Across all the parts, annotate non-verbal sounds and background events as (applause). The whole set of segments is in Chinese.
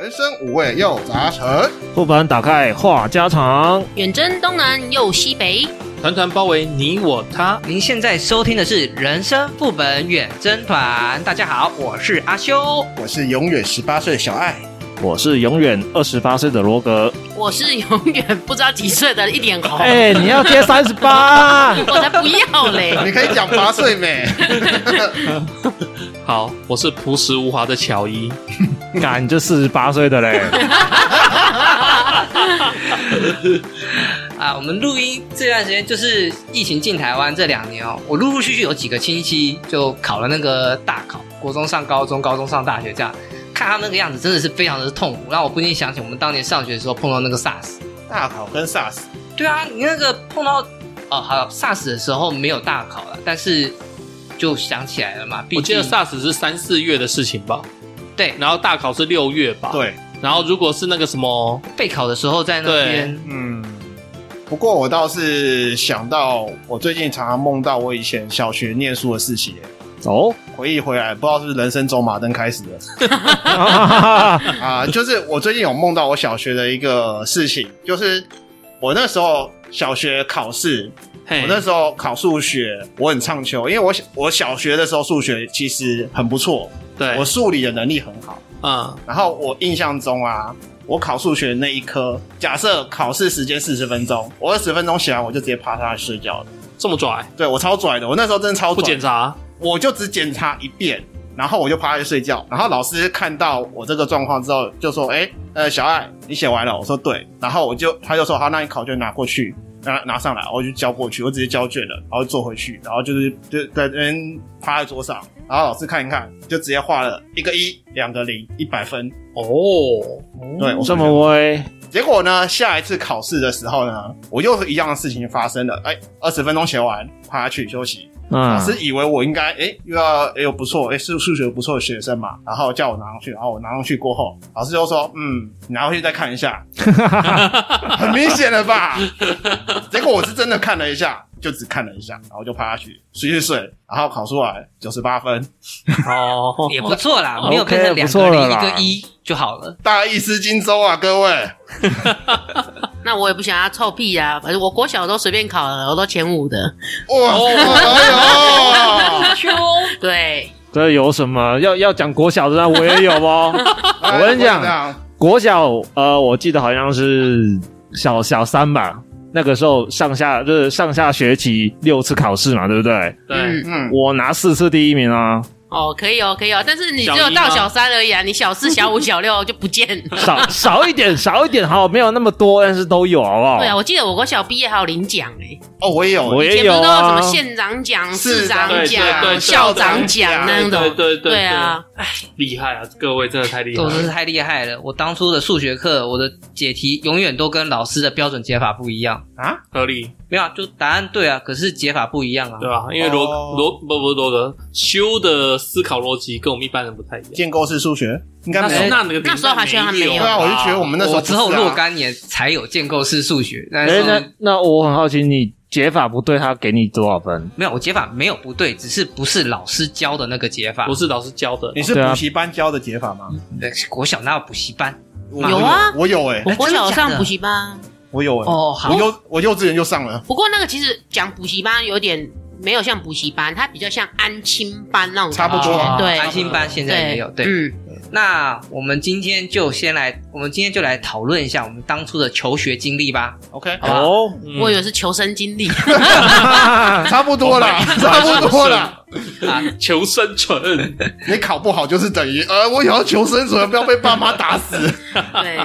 人生五味又杂陈，副本打开话家常，远征东南又西北，团团包围你我他。您现在收听的是《人生副本远征团》，大家好，我是阿修。我是永远十八岁的小爱。我是永远二十八岁的罗格。我是永远不知道几岁的一点红，哎、你要贴三十八，我才不要嘞！你可以讲八岁没？好，我是朴实无华的乔伊。 (laughs) 干你就四十八岁的嘞。啊，我们录音这段时间就是疫情进台湾这两年哦，我陆陆续续有几个亲戚就考了那个大考，国中上高中，高中上大学这样。看他们那个样子，真的是非常的痛苦，让我不禁想起我们当年上学的时候碰到那个 SARS。大考跟 SARS 对啊，你那个碰到哦，好 SARS 的时候没有大考了，但是就想起来了嘛。毕我记竟得 SARS 是三四月的事情吧，对然后大考是六月吧。。对，然后如果是那个什么，备考的时候在那边，嗯。不过我倒是想到，我最近常常梦到我以前小学念书的事情耶，哦，回忆回来，不知道是不是人生走马灯开始的。 (laughs) 啊，就是我最近有梦到我小学的一个事情，就是我那时候小学考试，嘿我那时候考数学，我很畅秋，因为我小我小学的时候数学其实很不错，对我，数理的能力很好。嗯，然后我印象中啊，我考数学那一科，假设考试时间四十分钟，我二十分钟写完我就直接趴下去睡觉了。这么拽，对我超拽的，我那时候真的超不拽检，查，我就只检查一遍，然后我就趴下去睡觉。然后老师看到我这个状况之后，就说：“哎、呃，小爱，你写完了？”我说：“对。”然后我就他就说：“好，那你考卷拿过去，拿拿上来。”我就交过去，我直接交卷了，然后坐回去，然后就是就在那边趴在桌上，然后老师看一看，就直接画了一个一，两个零，一百分。 (laughs) 哦，对，我这么威，结果呢，下一次考试的时候呢，我又是一样的事情发生了。哎、二十分钟写完，趴下去休息。老嗯，师以为我应该哎、又要哎呦不错哎、是数学不错的学生嘛，然后叫我拿上去，然后我拿上去过后，老师就说嗯，你拿回去再看一 (laughs) 下，很明显了吧？结果我是真的看了一下，就只看了一下，然后就趴下去睡睡睡，然后考出来九十八分，哦，也不错啦， OK，没有变成两不错个了零一啦个一就好了。大意失荆州啊，各位！那我也不想要臭屁啊，反正我国小都随便考了，我都前五的。哇，哦哎秋，对，这有什么要要讲国小的那我也有 (laughs) 哦。呦，哎 (laughs) 我跟你讲这样国小，呃，我记得好像是小小三吧，那个时候上下就是上下学期六次考试嘛，对不对？对，嗯，嗯，我拿四次第一名啊，哦，可以哦，可以哦，但是你只小有一到吗小三而已啊，你小四、小五、小六就不见了。少 (laughs) 少一点，少一点，好，没有那么多，但是都有，好不好？对啊，我记得我国小毕业还有领奖哎、哦，我也有我，以也前不有是都有什啊么。县长奖、市市长长对对对奖、校长奖那种，对对对对啊，厉害啊！各位真的太厉害我真是了。太厉害了！我当初的数学课，我的解题永远都跟老师的标准解法不一样。合理没有、啊，就答案对啊，可是解法不一样啊。对吧？因为罗哦罗不不是罗德修的思考逻辑跟我们一般人不太一样。建构式数学应该那没时候有，那那个那时候好像还没有年代对啊，我就觉得我们那时候我不之是后啊若干年才有建构式数学，但哎、是、那那我很好奇，你解法不对，他给你多少分？没有我解法没有不对，只是不是老师教的那个解法。不是老师教的你，是对啊补习班教的解法吗？呃国小哪有补习班？我有啊我有哎我，国小真的假的上补习班，我有哎，哦，好我，幼我幼稚园就上了，不过那个其实讲补习班有点没有像补习班，它比较像安亲班那种差感觉，不多啊对安心班现在也有对。嗯，那我们今天就先来，我们今天就来讨论一下我们当初的求学经历吧。 OK，哦，嗯我以为是求生经历，差不多啦，差不多啦。啊，求生存。你考不好就是等于呃，我以后求生存，不要被爸妈打死。 (laughs) 对，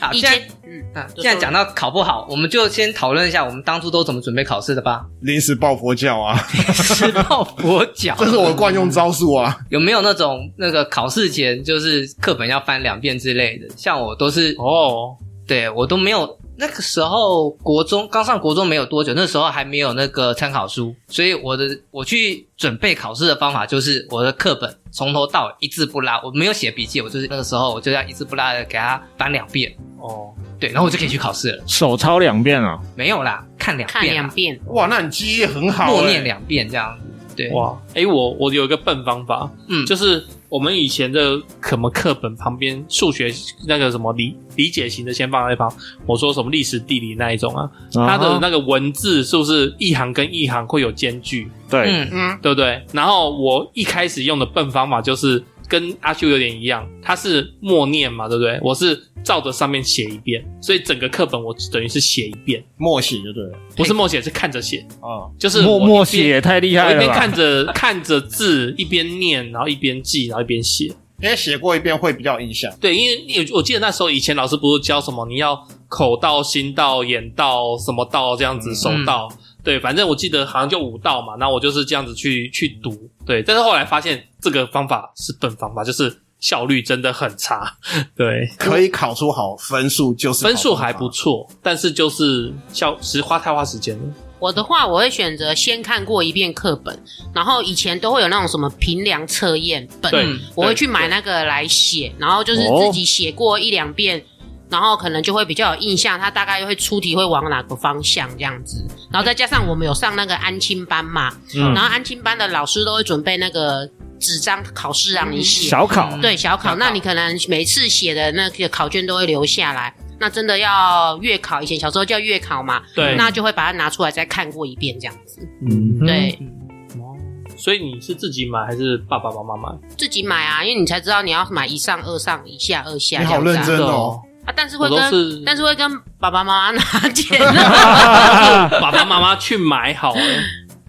好，以现在前嗯，啊，既然讲到考不好，我们就先讨论一下我们当初都怎么准备考试 (laughs) 的吧。临时抱佛脚啊，吃到佛脚，这是我的惯用招数啊。有没有那种那个考试前就是课本要翻两遍之类的？像我都是，哦，对我都没有。那个时候国中刚上国中没有多久，那时候还没有那个参考书，所以我的我去准备考试的方法就是我的课本从头到尾一字不拉，我没有写笔记，我就是那个时候我就要一字不拉的给它翻两遍，哦，对，然后我就可以去考试了。 (laughs) 手抄两遍啊！没有啦，看两看遍两啦，遍，哇，那你记忆很好、欸，默念两遍这样子，对，哇，哎，我我有一个笨方法，嗯，就是我们以前的什么课本旁边数学那个什么理理解型的先放在一旁，我说什么历史地理那一种啊，它的那个文字是不是一行跟一行会有间距，对，嗯，嗯，对不对？然后我一开始用的笨方法就是跟阿修有点一样，他是默念嘛，对不对？我是照着上面写一遍，所以整个课本我等于是写一遍，默写就对了不是默写，是看着写，啊。就是默我一默边写也太厉我害一了边吧，看着看着字，一边念，然后一边记，然后一边写。因为写过一遍会比较有印象。对，因为你我记得那时候以前老师不是教什么你要口到、心到、眼到、什么到这样子，嗯手到。对，反正我记得好像就五道嘛，然后我就是这样子去去读。对，但是后来发现这个方法是笨方法，就是效率真的很差。对，可以考出好分数就是 (laughs) 分数还考不出好错，但是就是效时花太花时间了。我的话，我会选择先看过一遍课本，然后以前都会有那种什么评量测验本，对嗯，我会对去买那个来写，然后就是哦自己写过一两遍，然后可能就会比较有印象，它大概会出题会往哪个方向这样子。然后再加上我们有上那个安亲班嘛，嗯然后安亲班的老师都会准备那个纸张考试让你写，小考嗯对小小考，考那你可能每次写的那个考卷都会留下来。那真的要月考，以前小时候叫月考嘛，对那就会把它拿出来再看过一遍，这样子。嗯哼对，所以你是自己买还是爸爸妈妈买？自己买啊，因为你才知道你要买一上、二上、一下、二下你这好样子啊。认真哦，啊，但是我会都跟是但是会跟爸爸妈妈拿 (laughs) 钱。嗯 (laughs) 爸爸妈妈去买好了。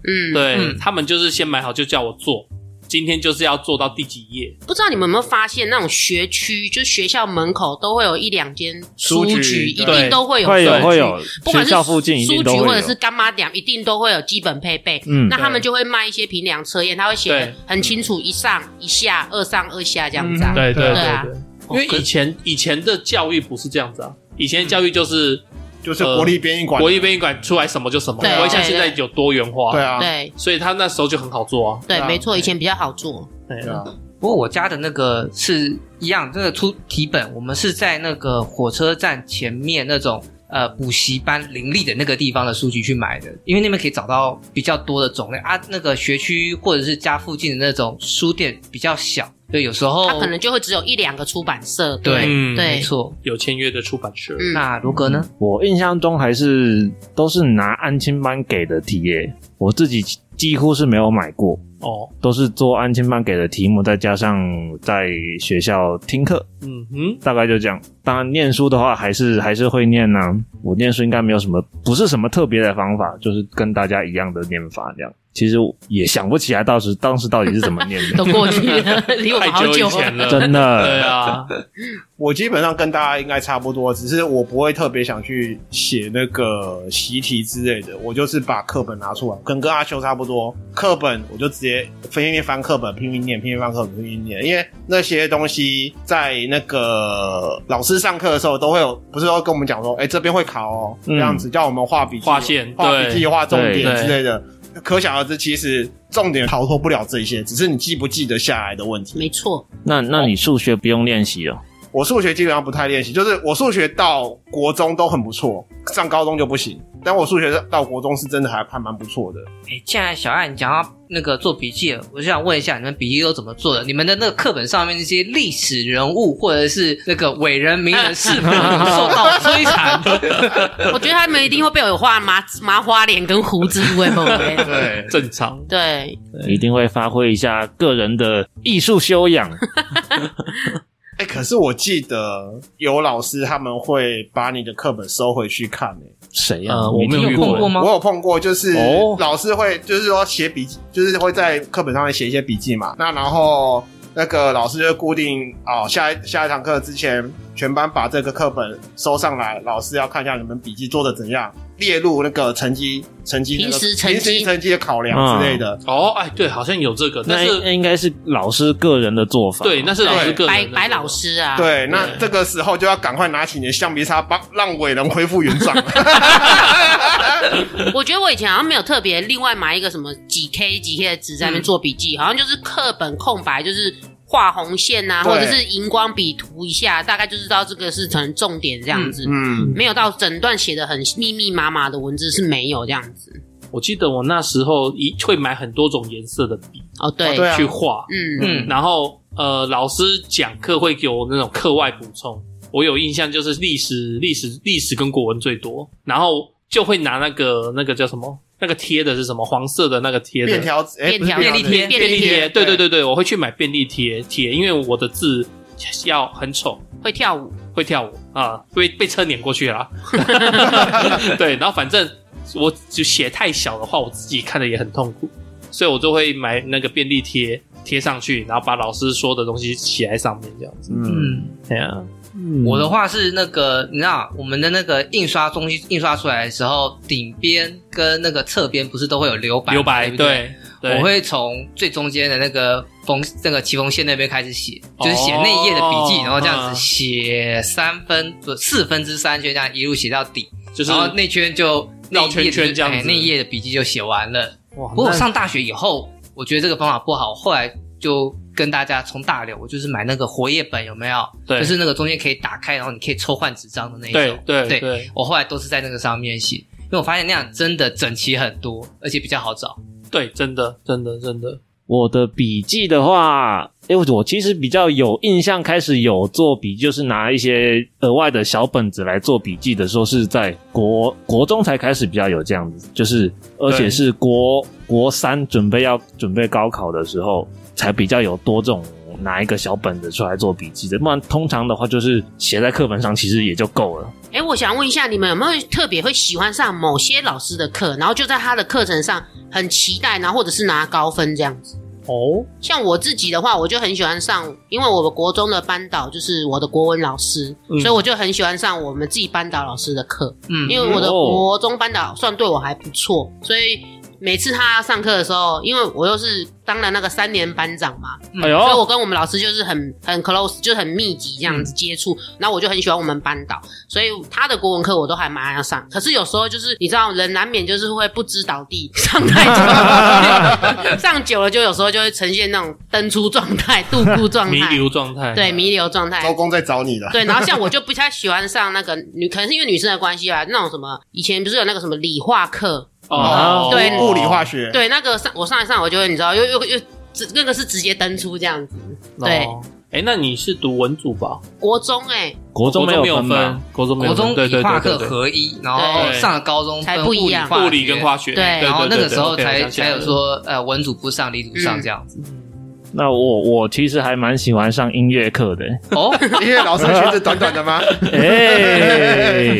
嗯，对、嗯他们就是先买好就叫我做，今天就是要做到第几页。不知道你们有没有发现，那种学区就学校门口都会有一两间书书局局，一对定都会有会有书局会有，不学管是校附近一书定局都或会者是有，干妈店，一定都会有基本配备。嗯那他们对就会卖一些评量测验，他会写对的很清楚，一上一下、二上二下这样子啊。嗯对对哦对啊因为以前以前的教育不是这样子啊，以前的教育就是就是国立编译馆国。立编译馆出来什么就什么，对不会像对现在对有多元化。对，嗯啊，对所以他那时候就很好做啊。对对啊，没错，以前比较好做。对对啊，啊不过我家的那个是一样，这个出题本我们是在那个火车站前面那种呃补习班林立的那个地方的书局去买的，因为那边可以找到比较多的种类啊。那个学区或者是家附近的那种书店比较小，对，有时候哦他可能就会只有一两个出版社。对嗯没对，错。有签约的出版社。嗯那如何呢？我印象中还是都是拿安亲班给的题耶，我自己几乎是没有买过，哦，都是做安亲班给的题目，再加上在学校听课，嗯哼，大概就这样。当然，念书的话还是还是会念呐、我念书应该没有什么，不是什么特别的方法，就是跟大家一样的念法这样。其实我也想不起来当时当时到底是怎么念都的，过去 (laughs) 了，离我太们好久以了前。了，真 (laughs) 对的。啊，我基本上跟大家应该差不多，只是我不会特别想去写那个习题之类的，我就是把课本拿出来，跟跟阿修差不多，课本我就直接拼命翻课本，拼命念，拼命翻课本，拼命念，因为那些东西在那个老师上课的时候都会有，不是都跟我们讲说，哎、这边会考哦，嗯这样子叫我们画笔记、画线画对笔记、画重点对对之类的。可想而知，其实重点逃脱不了这些，只是你记不记得下来的问题。没错，那那你数学不用练习哦，我数学基本上不太练习，就是我数学到国中都很不错，上高中就不行。但我数学到国中是真的还还蛮不错的。哎，既然小爱你讲到那个做笔记了，我就想问一下你们笔记都怎么做的？你们的那个课本上面那些历史人物或者是那个伟人名人是否受到 (laughs) 摧残？ (laughs) 我觉得他们一定会被我画麻麻花脸跟胡子，会 (laughs) 不会？对，正常。对，一定会发挥一下个人的艺术修 (laughs) 养。哎、可是我记得有老师他们会把你的课本收回去看、欸，谁呀、你呃我没有听遇过过吗我有碰过，就是哦老师会就是说写笔记，就是会在课本上面写一些笔记嘛。那然后那个老师就固定哦，下一下一堂课之前，全班把这个课本收上来，老师要看一下你们笔记做的怎样，列入那个成绩成绩、那个、平时成绩平时成绩的考量之类的。哦，哎，对，好像有这个，那但哎应是那应该是老师个人的做法。对，那是老师个人白的白老师啊，对，那这个时候就要赶快拿起你的橡皮擦，帮让伟人恢复原状。我觉得我以前好像没有特别另外买一个什么几 K 几 K 的纸在那边做笔记，好像就是课本空白，就是画红线呐、对或者是荧光笔涂一下，大概就知道这个是可能重点这样子。嗯，没有到整段写的很密密麻麻的文字是没有这样子我记得我那时候一会买很多种颜色的笔哦，对，哦对啊去画，嗯，嗯，然后呃，老师讲课会给我那种课外补充。我有印象就是历史、历史、历史跟国文最多，然后就会拿那个那个叫什么？那个贴的是什么？黄色的那个贴的便条纸，哎，便条不是便利贴便利贴。贴对对对对，我会去买便利贴贴，因为我的字要很丑，会跳舞，会跳舞啊，被被车碾过去了啊。对，然后反正我就写太小的话，我自己看的也很痛苦，所以我就会买那个便利贴贴上去，然后把老师说的东西写在上面，这样子。嗯，嗯，对啊，我的话是那个，你知道我们的那个印刷东西印刷出来的时候，顶边跟那个侧边不是都会有留白？留白，对不对。对，对我会从最中间的那个缝那个旗缝线那边开始写，就是写那一页的笔记，哦然后这样子写三分不四分之三圈，这样一路写到底，就是然后那圈就那绕一页圈圈这样子哎那一页的笔记就写完了。哇不过我那上大学以后，我觉得这个方法不好，后来就跟大家从大流，我就是买那个活页本，有没有？对就是那个中间可以打开，然后你可以抽换纸张的那一对种。对对对我后来都是在那个上面写，因为我发现那样真的整齐很多，而且比较好找。对，真的真的真的，我的笔记的话，哎、我我其实比较有印象，开始有做笔，就是拿一些额外的小本子来做笔记的时候，是在国国中才开始比较有这样子，就是而且是国国三准备要准备高考的时候，才比较有多这种拿一个小本子出来做笔记的，不然通常的话就是写在课本上，其实也就够了。哎，我想问一下，你们有没有特别会喜欢上某些老师的课，然后就在他的课程上很期待，然后或者是拿高分这样子？哦，像我自己的话，我就很喜欢上，因为我们国中的班导就是我的国文老师，嗯所以我就很喜欢上我们自己班导老师的课，嗯，因为我的哦国中班导算对我还不错，所以每次他上课的时候，因为我又是当了那个三年班长嘛，哎所以我呦，跟我们老师就是很很 close，就是很密集这样子接触。然后我就很喜欢我们班导，所以他的国文课我都还蛮爱上。可是有时候就是你知道，人难免就是会不知倒地，上太久了， (laughs) 上久了就有时候就会呈现那种登出状态、度孤状 (laughs) 弥态，留状态，对弥留状态周。公在找你了。 (laughs) 对，然后像我就不太喜欢上那个女，可能是因为女生的关系吧，那种什么以前不是有那个什么理化课，哦，对物理化学，对，那个上我上一上我就会你知道又又又直那个是直接登出这样子，对哦，哎，那你是读文组吧？国中哎、 (laughs) 国中没有没有吧分？，国中没国有分，中对对对理化对课对，合一，然后对上了高中才分不物一理样化物理跟化学，对对，然后那对个时候对才我想起来才有了说，呃，文组不上，理组上这样子。那我我其实还蛮喜欢上音乐课的、哦，因为老师的裙子短短的吗？哎、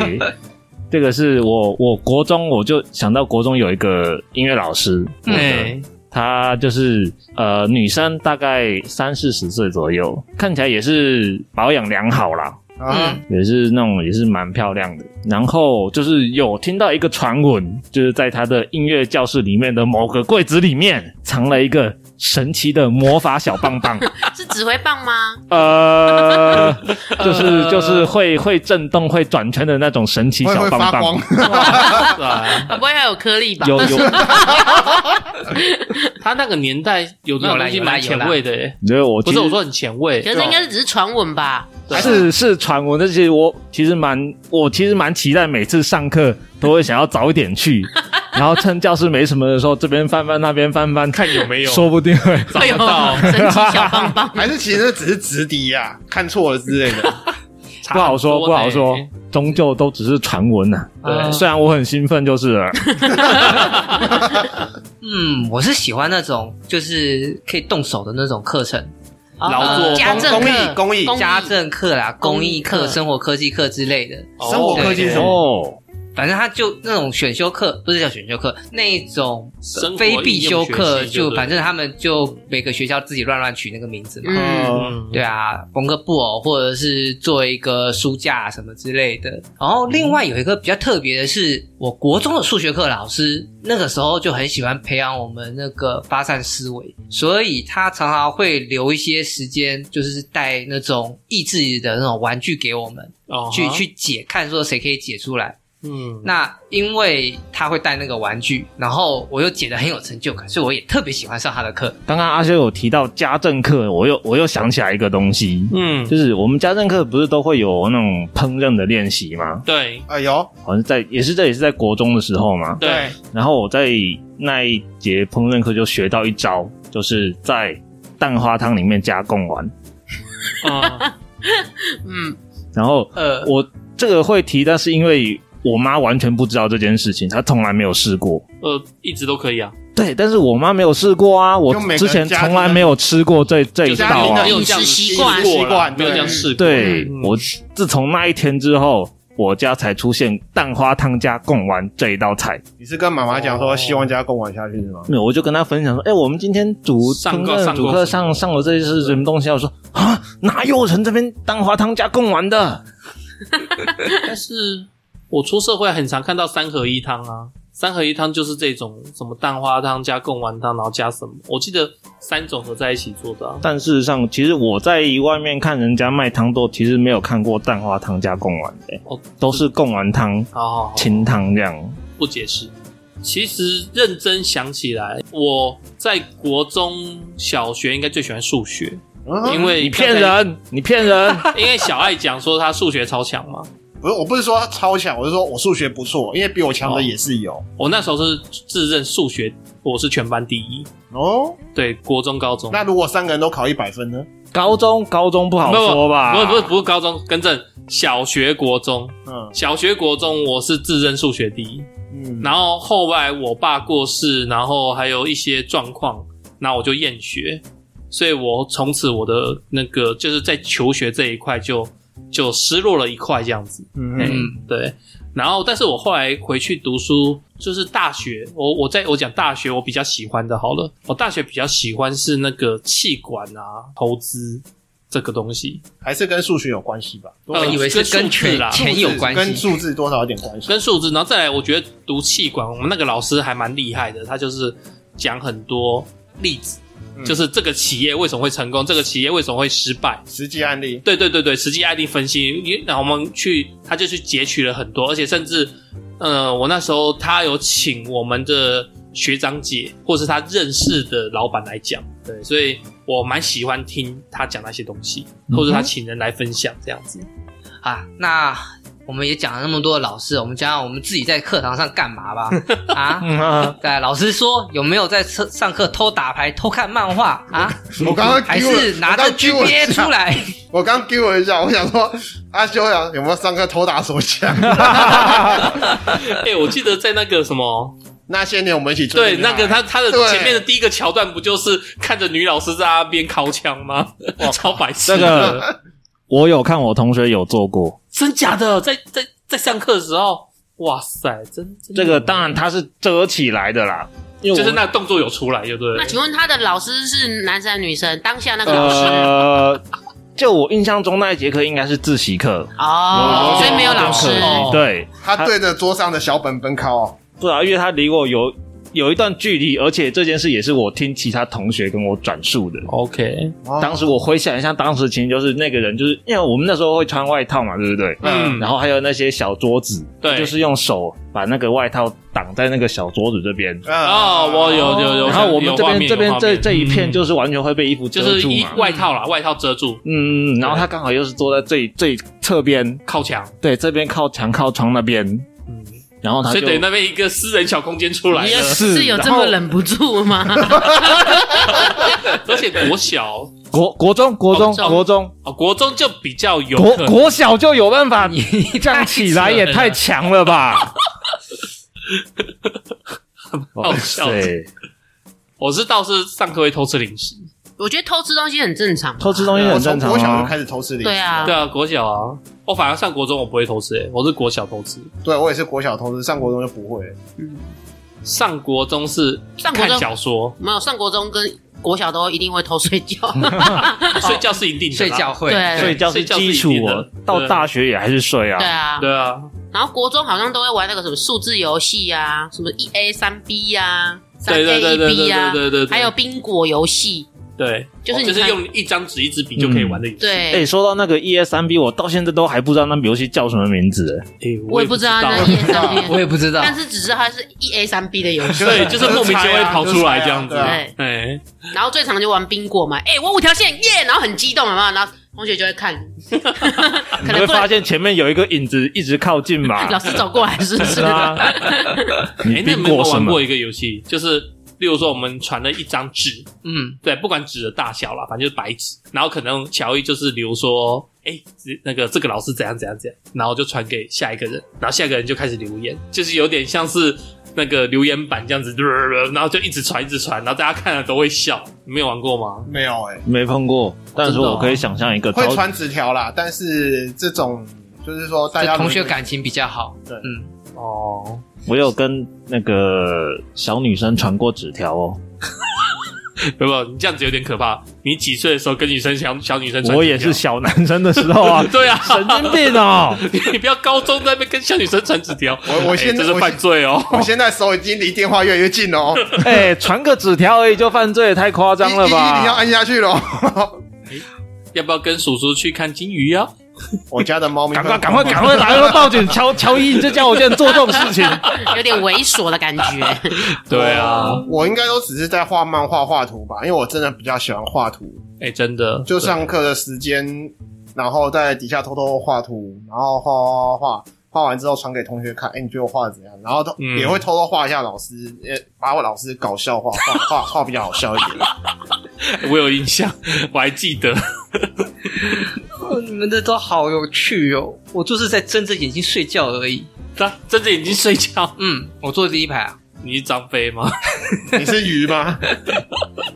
这个是我我国中我就想到国中有一个音乐老师，嗯哎，她就是呃女生，大概三四十岁左右，看起来也是保养良好啦，啊，嗯，也是那种也是蛮漂亮的。然后就是有听到一个传闻，就是在她的音乐教室里面的某个柜子里面藏了一个神奇的魔法小棒棒。是指挥棒吗？ (laughs) 呃， (laughs) 就是就是会会震动、会转圈的那种神奇会小会棒发棒光，，，对啊 (laughs) 不会还有颗粒吧？有有， (laughs) 他那个年代有那种东西有啦蛮前卫的耶，因为我其不是实我说很前卫，可是应该是只是传闻吧？是是传闻，但其实我其实蛮我其实蛮期待每次上课都会想要早一点去，然后趁教室没什么的时候，这边翻翻那边翻翻，看有没有说不定会。找不到，哎 (laughs) 神奇小棒棒 (laughs) 还是其实只是直敌呀，看错了之类的。差不好说，很不多呢好说，终究都只是传闻呐。哎对虽然我很兴奋，就是了。嗯，我是喜欢那种就是可以动手的那种课程， (laughs) 劳作呃家政公课公益公益家政课啦、公公益益课课、生活科技课之类的。哦生活科技对是什么？哦，反正他就那种选修课，不是叫选修课，那种生活非必修课，应用学习就就对反正他们就每个学校自己乱乱取那个名字嘛。嗯，嗯，对啊，缝个布偶，或者是做一个书架什么之类的。然后另外有一个比较特别的是，我国中的数学课老师那个时候就很喜欢培养我们那个发散思维，所以他常常会留一些时间，就是带那种益智的那种玩具给我们哦去，去解，看说谁可以解出来。嗯，那因为他会带那个玩具，然后我又解得很有成就感，所以我也特别喜欢上他的课。刚刚阿修有提到家政课，我又我又想起来一个东西，嗯， (laughs) 就是我们家政课不是都会有那种烹饪的练习吗？对哎呦，好像在也是这也是在国中的时候嘛。对，然后我在那一节烹饪课就学到一招，就是在蛋花汤里面加贡丸。啊，嗯，然后呃，我这个会提，但是因为我妈完全不知道这件事情，她从来没有试过。呃，一直都可以啊，对，但是我妈没有试过啊，我就每个之前家庭从来没有吃过这这一就是家道庭啊的。没有饮这样食子习试惯过啦习惯没有这样对试过。对、嗯我自从那一天之后，我家才出现蛋花汤加贡丸这一道菜。你是跟妈妈讲说哦希望加贡丸下去是吗？没有，我就跟她分享说：“哎、我们今天主上过烹饪上过主什么课上上了这是什么东西啊？”我说：“啊，哪有人这边蛋花汤加贡丸的？但是我出社会很常看到三合一汤啊，三合一汤就是这种什么蛋花汤加贡丸汤，然后加什么？我记得三种合在一起做的、啊。但事实上，其实我在外面看人家卖汤豆，其实没有看过蛋花汤加贡丸的、哦，都是贡丸汤、好好好，清汤这样。不解释。其实认真想起来，我在国中小学应该最喜欢数学，嗯因为你骗，人！啊你骗人！ (laughs) 因为小爱讲说他数学超强嘛。不是，我不是说他超强，我是说我数学不错，因为比我强的也是有我那时候是自认数学我是全班第一，哦。对，国中、高中。那如果三个人都考一百分呢？ (laughs) 高中高中不好说吧？不是不是不是高中，更正，小学、国中，嗯小学、国中我是自认数学第一，嗯，然后后来我爸过世，然后还有一些状况，那我就厌学，所以我从此我的那个就是在求学这一块就就失落了一块这样子，嗯嗯，对。然后，但是我后来回去读书，就是大学，我我在我讲大学，我比较喜欢的，好了，我大学比较喜欢是那个气管啊，投资这个东西，还是跟数学有关系吧？我以为是哦跟数字钱啦呃钱有关跟系。数字多少有点关系。跟数字，然后再来，我觉得读气管，我们那个老师还蛮厉害的，他就是讲很多例子，嗯就是这个企业为什么会成功，这个企业为什么会失败。实际案例，对对对对，实际案例分析，因为然后我们去，他就去截取了很多，而且甚至，呃，我那时候他有请我们的学长姐或是他认识的老板来讲，对，所以我蛮喜欢听他讲那些东西，或者他请人来分享这样子。啊，那我们也讲了那么多的老师，我们讲讲我们自己在课堂上干 (laughs) 嘛吧。啊， (laughs) 嗯啊，对，老师说有没有在上上课偷打牌、偷看漫画啊？ (laughs) 我刚刚还 Q 了是拿着我刚 Q 了一 GPA 下 (laughs) 出来？我刚 Q 了一下，我想说阿修呀，有没有上课偷打手枪？哎、我记得在那个什么那些年我们一起追的对，女孩那个他他的对前面的第一个桥段不就是看着女老师在那边掏枪吗？ (laughs) 超白痴这的！个我有看，我同学有做过。 (laughs) 真假的，在在在上课的时候，哇塞，真真这的个当然它是遮起来的啦，因为就我是那动作有出来，对不对？那请问他的老师是男生还是女生？当下那个老师呃，就我印象中那一节课应该是自习课，哦，所以没有老师哦对他对着桌上的小本本考哦，对啊，因为他离我有有一段距离，而且这件事也是我听其他同学跟我转述的。 OK，哦当时我回想一下，当时其实就是那个人，就是因为我们那时候会穿外套嘛，对不对？嗯然后还有那些小桌子，对就是用手把那个外套挡在那个小桌子这边。哦，我有有有，然后我们这边这边这这一片嗯就是完全会被衣服遮就是住一嘛，外套啦，外套遮住，嗯，然后他刚好又是坐在最最侧边，靠墙，对，这边靠墙靠窗那边，嗯，然后他所就以等于那边一个私人小空间出来你了，是是有这么忍不住吗？ (laughs) 而且国小国国中国中国中国中哦，国中就比较有国可能国小就有办法，这样起来也太强了吧？好笑哇塞我是倒是上课会偷吃零食，我觉得偷吃东西很正常吧，偷吃东西我很从正常国小就啊。开始偷吃零食，对，啊对，啊，国小啊，我反而上国中我不会偷吃、欸，我是国小偷吃，对我也是国小偷吃，上国中就不会了。上国中是上国看中小说，没有上国中跟国小都一定会偷睡觉，睡觉是一定的，睡觉，会，对睡觉是基础睡觉是一定哦的，到大学也还是睡啊对。啊，对啊，然后国中好像都会玩那个什么数字游戏啊，什么一 A 三 B 呀，三对对 A 对一对 B 对呀，对对对，还有宾果游戏，对，就是你就是看用一张纸一支笔就可以玩的游戏，哎，对，说到那个 E S 三 B，我到现在都还不知道那游戏叫什么名字。哎哎我也不知道那 E A 三 B，我也不知道。但是只知道它是一 A 三 B 的游戏。对就是莫名其妙会跑出来这样子对啊对，哎，然后最常就玩宾果嘛，哎、我五条线耶然后很激动，有没有？然后同学就会看，可你能会不发能现前面有一个影子一直靠近嘛 (laughs) 老？师走过来，是不是？是啊，你哎，那苹你们有没果有什玩么过？一个游戏，就是例如说我们传了一张纸，嗯，对，不管纸的大小啦，反正就是白纸，然后可能乔伊就是比如说，哎、这那个这个老师怎样怎样怎样，然后就传给下一个人，然后下一个人就开始留言，就是有点像是。那个留言板这样子，然后就一直传，一直传，然后大家看了都会笑。你没有玩过吗？没有哎、没碰过，但是真的哦我可以想象一个会超传纸条啦，但是这种就是说大这家同学感情比较好。对嗯，哦， (laughs) 我有跟那个小女生传过纸条哦，不不，你这样子有点可怕。你几岁的时候跟女生小小女生传纸条？，我也是小男生的时候啊 (laughs) 对啊，神经病哦！你不要高中在那边跟小女生传纸条，我我现哎在这是犯罪哦。 (laughs) 我现在手已经离电话越来越近了哦，哎，传个纸条而已就犯罪，太夸张了一一一定要吧？按下去了哦。要不要跟叔叔去看金鱼啊？我家的猫咪，赶快啊赶快赶快来了，报警！乔乔伊，你这叫我竟然做这种事情？有点猥琐的感觉。对啊，我应该都只是在画漫画、画图吧，因为我真的比较喜欢画图，哎，真的，就上课的时间，然后在底下偷偷画图，然后画画画画，画完之后传给同学看，哎、你觉得我画的怎样？然后都、嗯也会偷偷画一下老师，呃、把我老师搞笑画画画画比较好笑一点。对我有印象，我还记得。哦你们的都好有趣哦，我就是在睁着眼睛睡觉而已。他睁着眼睛睡觉，嗯，我坐第一排啊，你是张飞吗？你是鱼吗？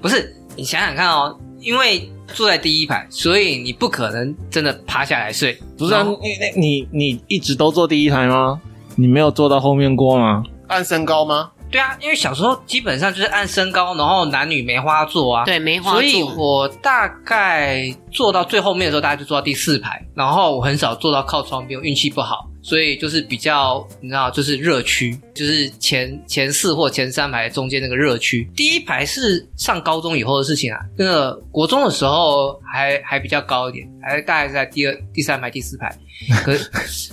不是你想想看哦，因为坐在第一排，所以你不可能真的趴下来睡。不是啊，你你你一直都坐第一排吗？你没有坐到后面过吗？按身高吗？对啊，因为小时候基本上就是按身高，然后男女没花座啊。对，梅花所以座，我大概坐到最后面的时候，大概就坐到第四排，然后我很少坐到靠窗边，我运气不好，所以就是比较你知道，就是热区，就是前前四或前三排中间那个热区。第一排是上高中以后的事情啊，那个国中的时候还还比较高一点，还大概在第二、第三排、第四排，可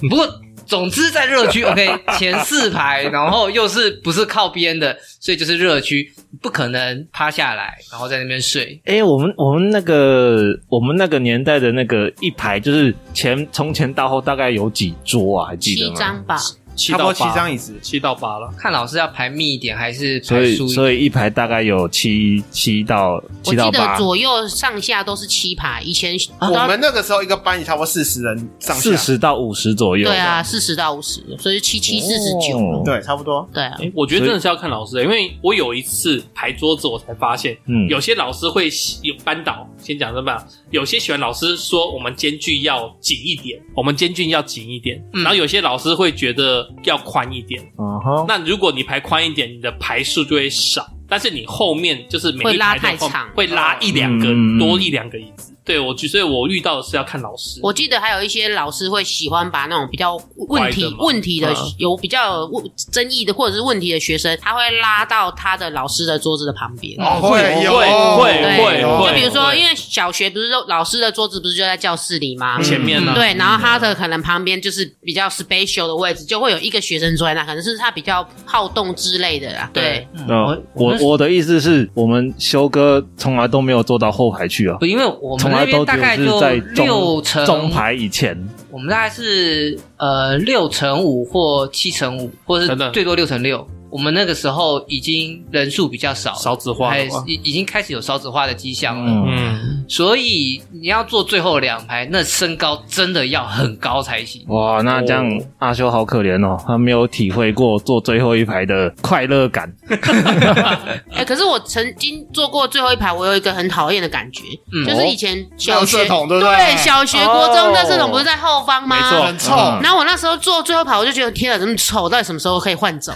不过。总之，在热 (laughs) 区，OK，前四排，然后又是不是靠边的，所以就是热区，不可能趴下来，然后在那边睡，哎、我们我们那个我们那个年代的那个一排，就是前从前到后大概有几桌啊？还记得七吗？张吧，七差不到多七八，张椅子。七到八了。看老师要排密一点还是所排以疏一点？所以一排大概有七七到我七到记得八，左右上下都是七排，以前啊我们那个时候一个班也差不多四十人上下，四十到五十左右。对啊，四十到五十，所以七七四十九，哦，对，差不多。对啊，哎，我觉得真的是要看老师、因为我有一次排桌子，我才发现嗯，有些老师会喜有班导，先讲这吧。有些喜欢老师说我们间距要紧一点，我们间距要紧一点。嗯然后有些老师会觉得要宽一点。啊嗯哦哼，那如果你排宽一点，你的排数就会少，但是你后面就是每会一拉排太的后长会拉一两个、嗯多一两个椅子。对我，所以我遇到的是要看老师。我记得还有一些老师会喜欢把那种比较问歪的题嘛问题的嗯有比较有问争议的或者是问题的学生，他会拉到他的老师的桌子的旁边。哦会有会对，会有会，就比如说，会因为小学不是都老师的桌子不是就在教室里吗？嗯前面呢、嗯对，然后他的可能旁边就是比较 special 的位置，就会有一个学生坐在那，可能是他比较好动之类的啦。对对，那我我我我的意思是我们修哥从来都没有坐到后排去啊，不因为我们从那来边都大概只就是在六中乘中，排以前。我们大概是呃六乘五或七乘五，或等是等最多六乘六。我们那个时候已经人数比较少了，少子化还了嘛已已经开始有少子化的迹象了。嗯，嗯，所以你要坐最后两排，那身高真的要很高才行。哇，那这样哦阿修好可怜哦，他没有体会过坐最后一排的快乐感。哎、可是我曾经坐过最后一排，我有一个很讨厌的感觉，嗯就是以前小垃学圾桶对不对对小学、国中哦那这种不是在后方吗？没错很臭，嗯然后我那时候坐最后排，我就觉得天啊，这么丑，到底什么时候可以换走？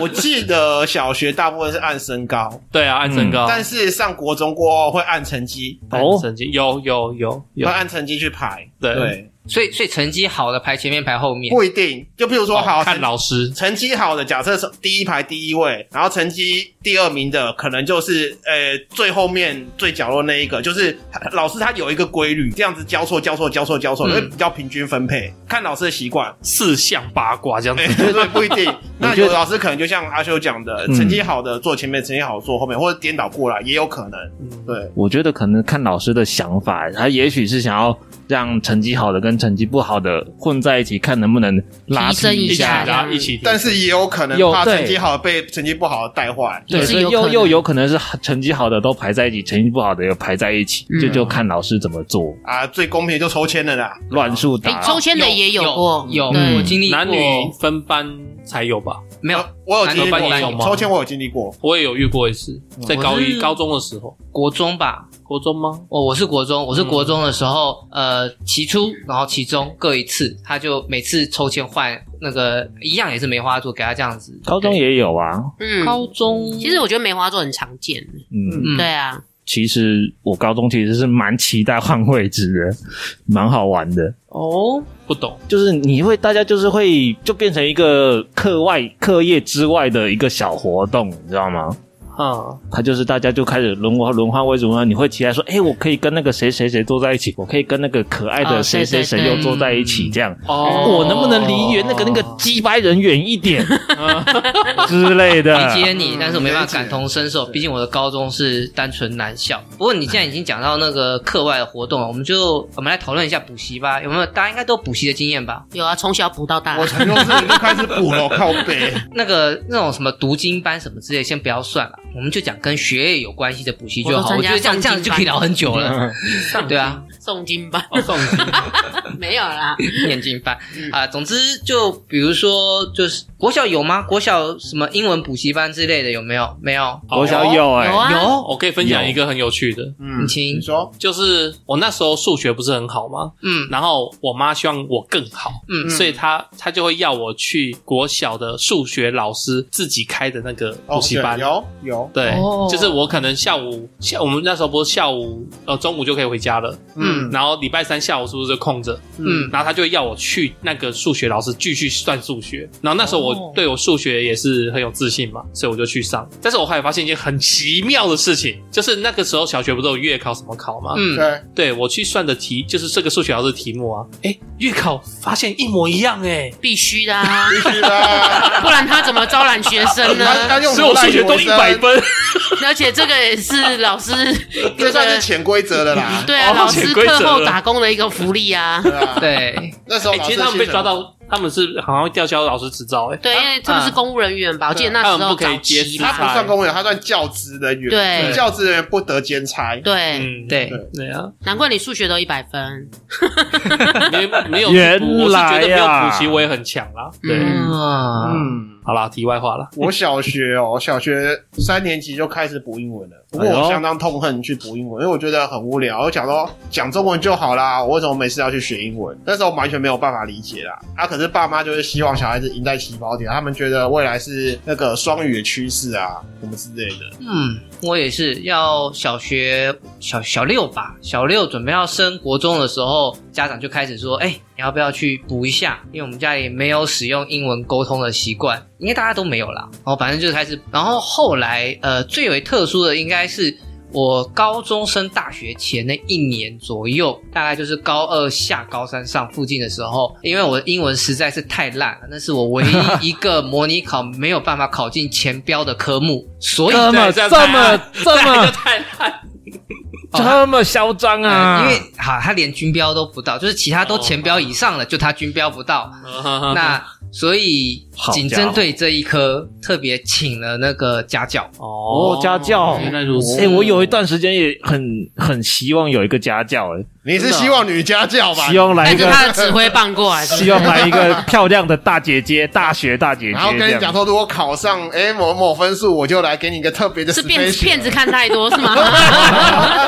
我记得小学大部分是按身高，对啊，按身高，但是上国中过后会按成绩，嗯哦，神经有有有会有，嗯按成绩去排。对对，所以所以成绩好的排前面排后面，不一定。就比如说，好哦啊看成老师，成绩好的，假设是第一排第一位，然后成绩第二名的，可能就是呃最后面最角落那一个。就是老师他有一个规律，这样子交错交错交错交错，嗯会比较平均分配。看老师的习惯，四象八卦这样子 (laughs) 哎，，对对，不一定。那我觉有得的老师可能就像阿修讲的，嗯成绩好的坐前面，成绩好的坐后面，或者颠倒过来也有可能。嗯对，我觉得可能看老师的想法，他也许是想要让成绩好的跟成绩不好的混在一起，看能不能拉提升平一一起下然后一起，但是也有可能有怕对成绩好被成绩不好的带坏。对，也是所以有又可能又有可能是成绩好的都排在一起，成绩不好的又排在一起，嗯这就看老师怎么做，啊，最公平就抽签了啦。乱数打哎，。抽签的也有过，有，对嗯我经历过男女分班才有吧？没有呃我有经历男女班也有过吗抽签，我有经历过。我也有遇过一次，嗯在高我一是高中的时候，国中吧？哦国中吗？我我是国中，我是国中的时候，呃，期初然后期中各一次，他就每次抽签换那个一样也是梅花座，给他这样子。高中也有啊，嗯，高中其实我觉得梅花座很常见，嗯，嗯对啊，其实我高中其实是蛮期待换位置的，蛮好玩的。哦，不懂，就是你会，大家就是会就变成一个课外课业之外的一个小活动，你知道吗？啊，他就是大家就开始轮换轮换位置，轮换你会期待说，哎、我可以跟那个谁谁谁坐在一起，我可以跟那个可爱的哦谁谁谁对对嗯又对坐在一起，这样。哦我能不能离远那个那个鸡掰人远一点 (laughs) 之类 (laughs) 的？理解你，但是我没办理法解感同身受，毕竟我的高中是单纯男校。不过你现在已经讲到那个课外的活动了，我们就我们来讨论一下补习吧，有没有？大家应该都有补习的经验吧？有啊，从小补到大我，从幼稚园就开始补了，靠背。 (laughs) 那个那种什么读经班什么之类，先不要算了，我们就讲跟学业有关系的补习就我都好。参我觉加得这样上这样进就可以班聊很久了，对啊，诵经吧，哦送你 (laughs) 没有啦，念经班嗯啊、总之就比如说就是国小有吗？国小什么英文补习班之类的有没有？没有，我想 (laughs) 有哎、有啊，有，我可以分享一个很有趣的，嗯，请你说就是我那时候数学不是很好吗？嗯然后我妈希望我更好，嗯所以她她就会要我去国小的数学老师自己开的那个补习班。哦对有有，对，哦就是我可能下午下我们那时候不是下午呃中午就可以回家了，嗯然后礼拜三下午是不是就空着？嗯然后他就要我去那个数学老师继续算数学。然后那时候我、哦对我数学也是很有自信嘛，所以我就去上。但是我后来发现一件很奇妙的事情，就是那个时候小学不是有月考什么考吗？嗯 (laughs) 对，对我去算的题就是这个数学老师的题目啊，哎，月考发现一模一样哎、必须的啊， (laughs) 必 (laughs) 须的啊。不然他怎么招揽学生呢？他他用嗯所以我数学都一一百，分，而且这个也是老 (laughs) 师这这算是个潜规则的啦。对啊，哦老潜师规则课后打工的一个福利啊。对 (laughs) 啊，对，那时候哎老其师实他们被薪水抓到，他们是好像吊销老师执照哎、对，因为他们是公务人员吧？我记得那时他们候不可以早期接他触不吧，算公务员，他算教职人员。对教职人员不得兼差。对，嗯，对对啊，难怪你数学都一百分。没没有原补我是觉得没有来补啊习我也很强啦。对，嗯嗯嗯，好啦，题外话啦。我小学哦， (laughs) 小学三年级就开始补英文了。不过哎呦我相当痛恨去补英文，因为我觉得很无聊。我想说讲中文就好啦，我为什么每次要去学英文？那时候完全没有办法理解啦。啊，可是爸妈就是希望小孩子赢在起跑点，他们觉得未来是那个双语的趋势啊，什么之类的。嗯，我也是要小学小小六吧，小六准备要升国中的时候，家长就开始说：“哎、你要不要去补一下？”因为我们家里没有使用英文沟通的习惯，应该大家都没有啦。然后反正就是开始，然后后来呃，最为特殊的应该是。我高中升大学前那一年左右，大概就是高二下高三上附近的时候，因为我的英文实在是太烂了，那是我唯一一个模拟考没有办法考进前标的科目， (laughs) 所以这么对这样这么这那就么 (laughs) 太烂，这么嚣张嗯啊！呃哎因为好，他连军标都不到，就是其他都前标以上了，就他军标不到。嗯那所以好仅家伙针对这一科，特别请了那个家教。哦哦家教原来如此。哎、我有一段时间也很很希望有一个家教、哎你是希望女家教吧？啊哎，希望来带一着个，他的指挥棒过来，是不是 (laughs) 希望来一个漂亮的大姐姐，大学大姐姐然后跟这你讲样。说，如果考上哎、某某分数，我就来给你一个特别的是骗 special (laughs) 骗子看太多是 (laughs) 吗？哦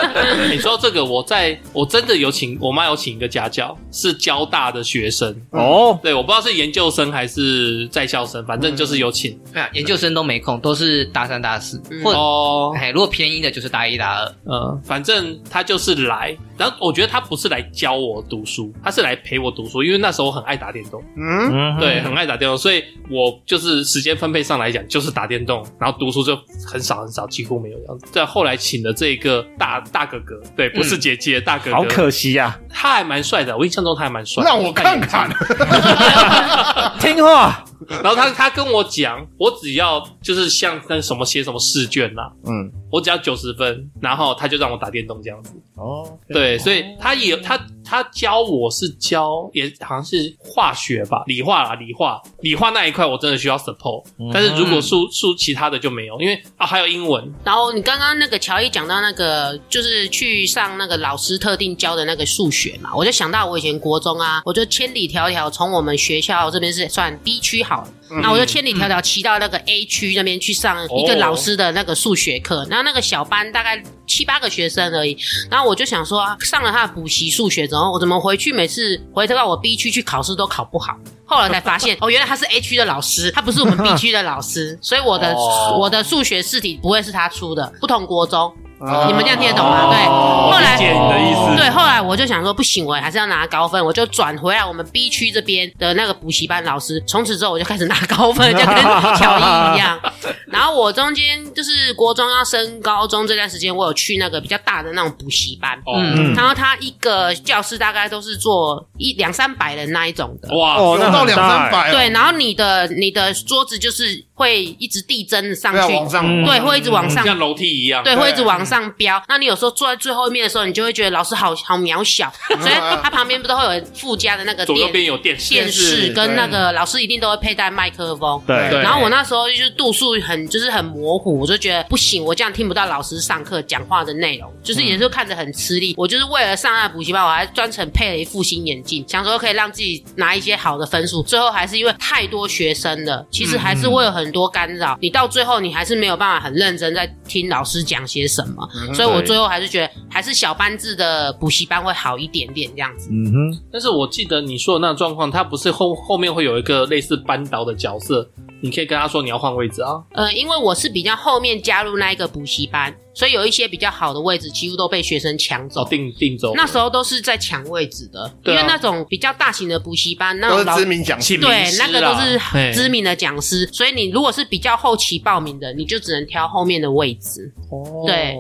你说这个，我在我真的有请我妈有请一个家教，是交大的学生。哦，对，我不知道是研究生还是在校生，反正就是有请没有，研究生都没空，都是大三、大四，嗯或者哦，哎，如果偏一的就是大一、大二。嗯，反正他就是来，然后我觉得他不是来教我读书，他是来陪我读书，因为那时候我很爱打电动，嗯，嗯，对，很爱打电动，所以我就是时间分配上来讲，就是打电动，然后读书就很少很少，几乎没有这样子。但后来请的这个大大哥哥，对，不嗯是姐姐，大哥哥，好可惜啊呀、他还蛮帅的，我印象中他还蛮帅。让我看 (laughs) 看。啊！听话，然后他他跟我讲，我只要就是像那什么写什么试卷啦、嗯，我只要九十分，然后他就让我打电动这样子。哦，对，所以他也他他教我是教也好像是化学吧，理化啦，理化，理化那一块我真的需要 support，、嗯但是如果数数其他的就没有，因为啊还有英文，然后你刚刚那个乔伊讲到那个，就是去上那个老师特定教的那个数学嘛，我就想到我以前国中啊，我就千里迢迢从我们学校这边是算 B 区好了，那我就千里迢迢骑到那个 A 区那边去上一个老师的那个数学课，然后那个小班大概七八个学生而已，然后我就想说、啊，上了他的补习数学之后，我怎么回去每次回到我 B 区去考试都考不好？后来才发现，哦，原来他是 A 区的老师，他不是我们 B 区的老师，所以我的、哦我的数学试题不会是他出的，不同国中。啊你们这样听得懂吗？对，哦后来理解你的意思对，后来我就想说，不行，我还是要拿高分，我就转回来我们 B 区这边的那个补习班老师。从此之后，我就开始拿高分，就跟乔伊一样。然后我中间就是国中要升高中这段时间，我有去那个比较大的那种补习班，哦、嗯然后他一个教室大概都是坐一两三百人那一种的。哇，哦那有到很两大三百，对，，然后你的你的桌子就是会一直递增上对啊，去，往上，嗯对，会一直往上像楼梯一样，对，对会一直往上飙。那你有时候坐在最后面的时候，你就会觉得老师好好渺小，所以他旁边不都会有附加的那个左右电边有电视，电视跟对那个老师一定都会佩戴麦克风。对对然后我那时候就是度数很就是很模糊，我就觉得不行，我这样听不到老师上课讲话的内容，就是也是看着很吃力。我就是为了上那补习班，我还专程配了一副新眼镜，想说可以让自己拿一些好的分数。最后还是因为太多学生了，其实还是会有很多干扰，你到最后你还是没有办法很认真在听老师讲些什么。所以我对最后还是觉得还是小班制的补习班会好一点点这样子。嗯哼，但是我记得你说的那个状况，他不是后后面会有一个类似扳倒的角色，你可以跟他说你要换位置啊。呃，因为我是比较后面加入那一个补习班，所以有一些比较好的位置几乎都被学生抢走。哦，定定走，那时候都是在抢位置的，因对啊为那种比较大型的补习班，那都是种老知名讲师，请名对师那个啦都嘿是知名的讲师，所以你如果是比较后期报名的，你就只能挑后面的位置。哦对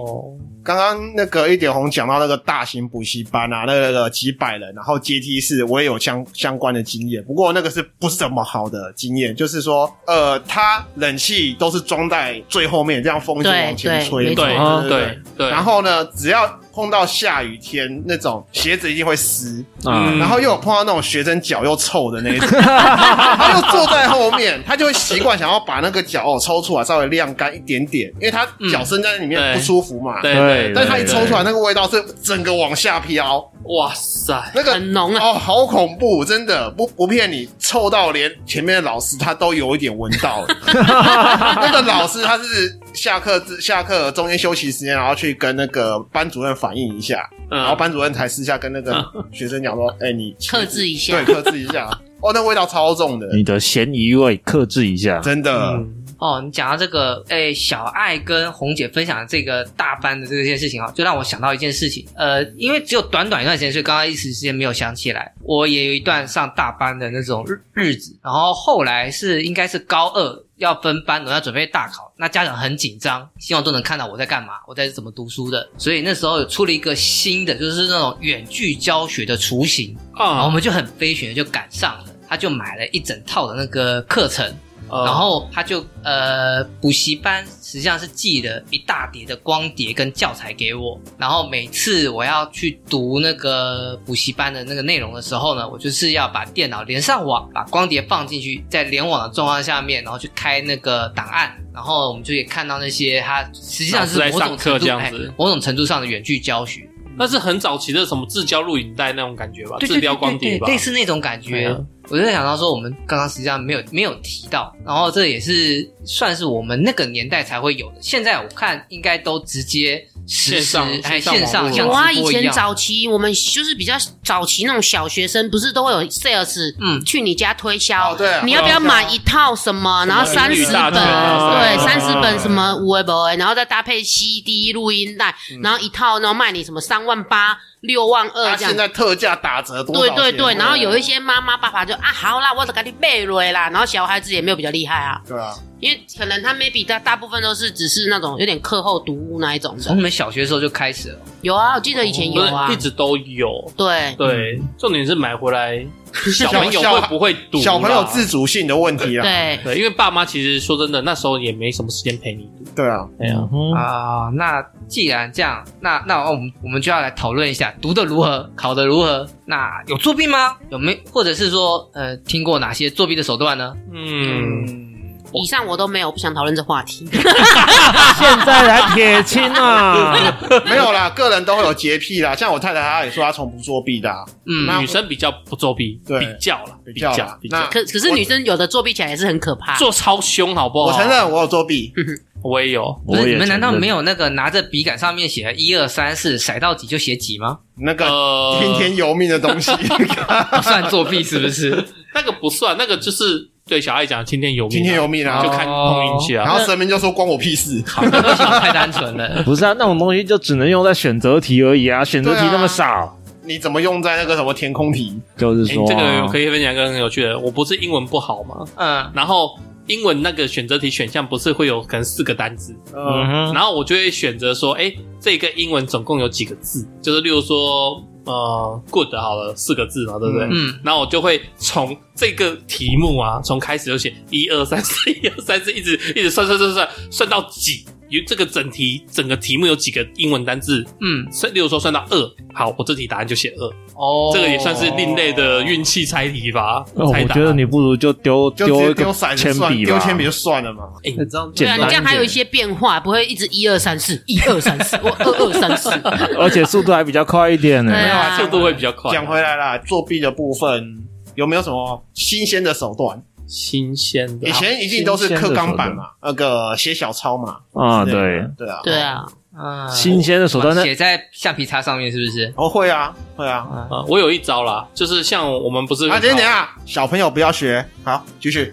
刚刚那个一点红讲到那个大型补习班啊，那个几百人，然后阶梯式，我也有相相关的经验。不过那个是不是怎么好的经验？就是说，呃，它冷气都是装在最后面，这样风一直对往前对吹嘛。没对哦对对对，然后呢，只要碰到下雨天，那种鞋子一定会湿，啊嗯然后又有碰到那种学生脚又臭的那一种，他又坐在后面，他就会习惯想要把那个脚哦抽出来，稍微晾干一点点，因为他脚伸在里面嗯不舒服嘛。对对对，但是他一抽出来，那个味道是整个往下飘，哇塞，那个很浓啊哦，好恐怖，真的不不骗你，臭到连前面的老师他都有一点闻到了。 (laughs) 那个老师他是下课之下课中间休息时间，然后去跟那个班主任反映一下，然后嗯，班主任才私下跟那个学生讲说：“哎、你克制一下对，克制一 (laughs) 下。”哦，那味道超重的，你的嫌疑味克制一下，真的。嗯哦，你讲到这个，哎，小爱跟红姐分享的这个大班的这件事情啊，就让我想到一件事情。呃，因为只有短短一段时间，所以刚刚一时之间没有想起来。我也有一段上大班的那种日日子，然后后来是应该是高二要分班了，要准备大考，那家长很紧张，希望都能看到我在干嘛，我在怎么读书的。所以那时候有出了一个新的，就是那种远距教学的雏形。然后我啊，们就很飞旋地就赶上了，他就买了一整套的那个课程，呃然后他就呃补习班实际上是寄了一大叠的光碟跟教材给我，然后每次我要去读那个补习班的那个内容的时候呢，我就是要把电脑连上网，把光碟放进去，在联网的状况下面，然后去开那个档案，然后我们就可以看到那些他实际上是老师在某上种课程度这样子哎某种程度上的远距教学。那是很早期的什么自胶录影带那种感觉吧，对自啊标光碟对对吧对，类似那种感对觉啊。我就在想到说，我们刚刚实际上没有没有提到，然后这也是算是我们那个年代才会有的。现在我看应该都直接线实时上哎线上线上网络像有啊，直以播一前样早期我们就是比较早期那种小学生，不是都会有 sales 嗯去你家推销？哦对啊你要不要买一套什么？然后什么三英语十大本，全啊对，什么三十嗯嗯本什么五 A 博，然后再搭配 CD 录音带，然后一套，然后卖你什么三万八、六万二他这啊样现。在特价打折多少对钱啊对对，然后有一些妈妈爸爸就啊，好啦，我得赶紧背了啦。然后小孩子也没有比较厉害啊，对啊，因为可能他 maybe 大大部分都是只是那种有点课后读物那一种哦从的。你们小学的时候就开始了。有啊，我记得以前有不啊是一，直都有。对，对，重点是买回来小朋友会不会读啦？小朋友自主性的问题啦。对，对，因为爸妈其实说真的，那时候也没什么时间陪你读。对 (laughs) 啊，哎呀，嗯啊、那既然这样，那那我们我们就要来讨论一下读的如何，考的如何。那有作弊吗？有没或者是说，呃，听过哪些作弊的手段呢？嗯，嗯，以上我都没有，不想讨论这话题。 (laughs) 啊现在来撇清啊！没有啦，个人都会有洁癖啦。像我太太，她也说她从不作弊的、啊，嗯那女生比较不作弊，对比较啦，比比较啦较，比较那可可是女生有的作弊起来也是很可怕。做超凶，好不好？我承，认我有作哦弊，我也有。不是你们难道没有？有那个拿着笔杆上面写一二三四，甩到几就写几吗？那个呃，听天由命的东 (laughs) 西，不算作弊是不是？那个不算，那个就是对小爱讲的听天由命啊，听天由命啊哦就看碰运气然啊。后神明就说关我屁事。好，那不行太单纯了。不是啊，那种东西就只能用在选择题而已啊，选择题那么少，你怎么用在那个什么填空题？就是哦哎说啊这个可以分享一个很有趣的，我不是英文不好嘛，嗯，然后英文那个选择题选项不是会有可能四个单字，嗯嗯，哼，然后我就会选择说，哎，这个英文总共有几个字？就是例如说，呃，good 好了，四个字嘛，对不对？嗯然后我就会从这个题目啊，从开始就写一二三四，一二三四，一直一直算算算算算到几？有这个整题整个题目有几个英文单字？嗯，算，例如说算到二，好，我这题答案就写二，哦，这个也算是另类的运气猜题吧。那猜哦我答觉得你不如就丢就直一接个丢骰铅子算，笔丢吧，铅笔就算了嘛。哎，这样对啊，简你单这样还有一些变化，不会一直一二三四，一二三四，我二二三 (laughs) 四。 (laughs) 而且速度还比较快一点呢。对啊速度会比较快。讲回来啦，作弊的部分有没有什么新鲜的手段？新鲜的，以啊前一定都是刻钢板嘛，那个写小抄嘛。啊，之类的对，，对啊，对。啊，嗯，新鲜的手段那写在橡皮擦上面是不是？哦，会啊，会啊。啊、我有一招啦，就是像我们不是啊，会等一下等一考下，小朋友不要学。好，继续。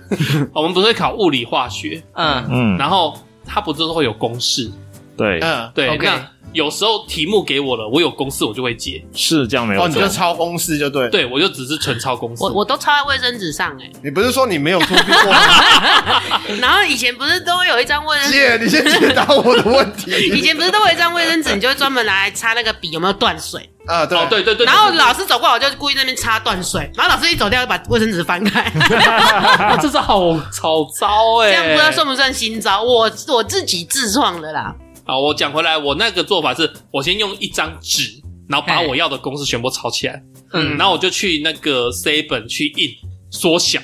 我们不是会考物理化学，嗯嗯，然后它不就是会有公式？对，嗯，对 OK 那有时候题目给我了，我有公式我就会解，是这样没有哦，你错就。抄公式就对。，对我就只是纯抄公式。我我都抄在卫生纸上哎、你不是说你没有作弊过吗？ (laughs) 然后以前不是都有一张卫生，姐，你先解答我的问以题。前不是都有一张卫生纸，你就会专门拿来擦那个笔有没有断水。啊，对哦，对对对，然后对老师走过来，我就故意在那边擦断水，然后老师一走掉，就把卫生纸翻开，啊这是好好糟哎、这样不知道算不算新招？我我自己自创的啦，好，我讲回来，我那个做法是，我先用一张纸，然后把哎我要的公式全部抄起来，嗯然后我就去那个 C 本去印缩小。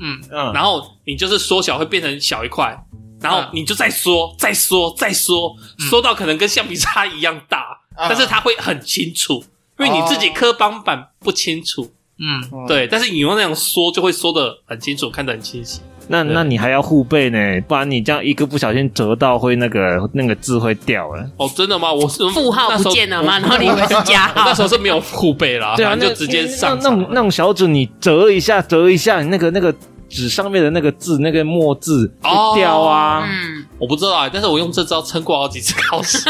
嗯，嗯，然后你就是缩小会变成小一块，然后嗯你就再缩、再缩、再缩，缩到可能跟橡皮擦一样大，但是它会很清楚，因为你自己刻帮板不清楚，嗯，嗯，对，但是你用那种缩就会缩的很清楚，看得很清晰。那那你还要护背呢，不然你这样一个不小心折到会那个那个字会掉了。哦，真的吗？我是负号不见了吗？然后你以为是加号那时候？我那时？候是没有护背啦，对啊，反正那就直接那上那种场。那种小纸，你折一下折一下，你那个那个纸上面的那个字，那个墨字哦会掉啊。嗯，我不知道啊，但是我用这招撑过好几次考试。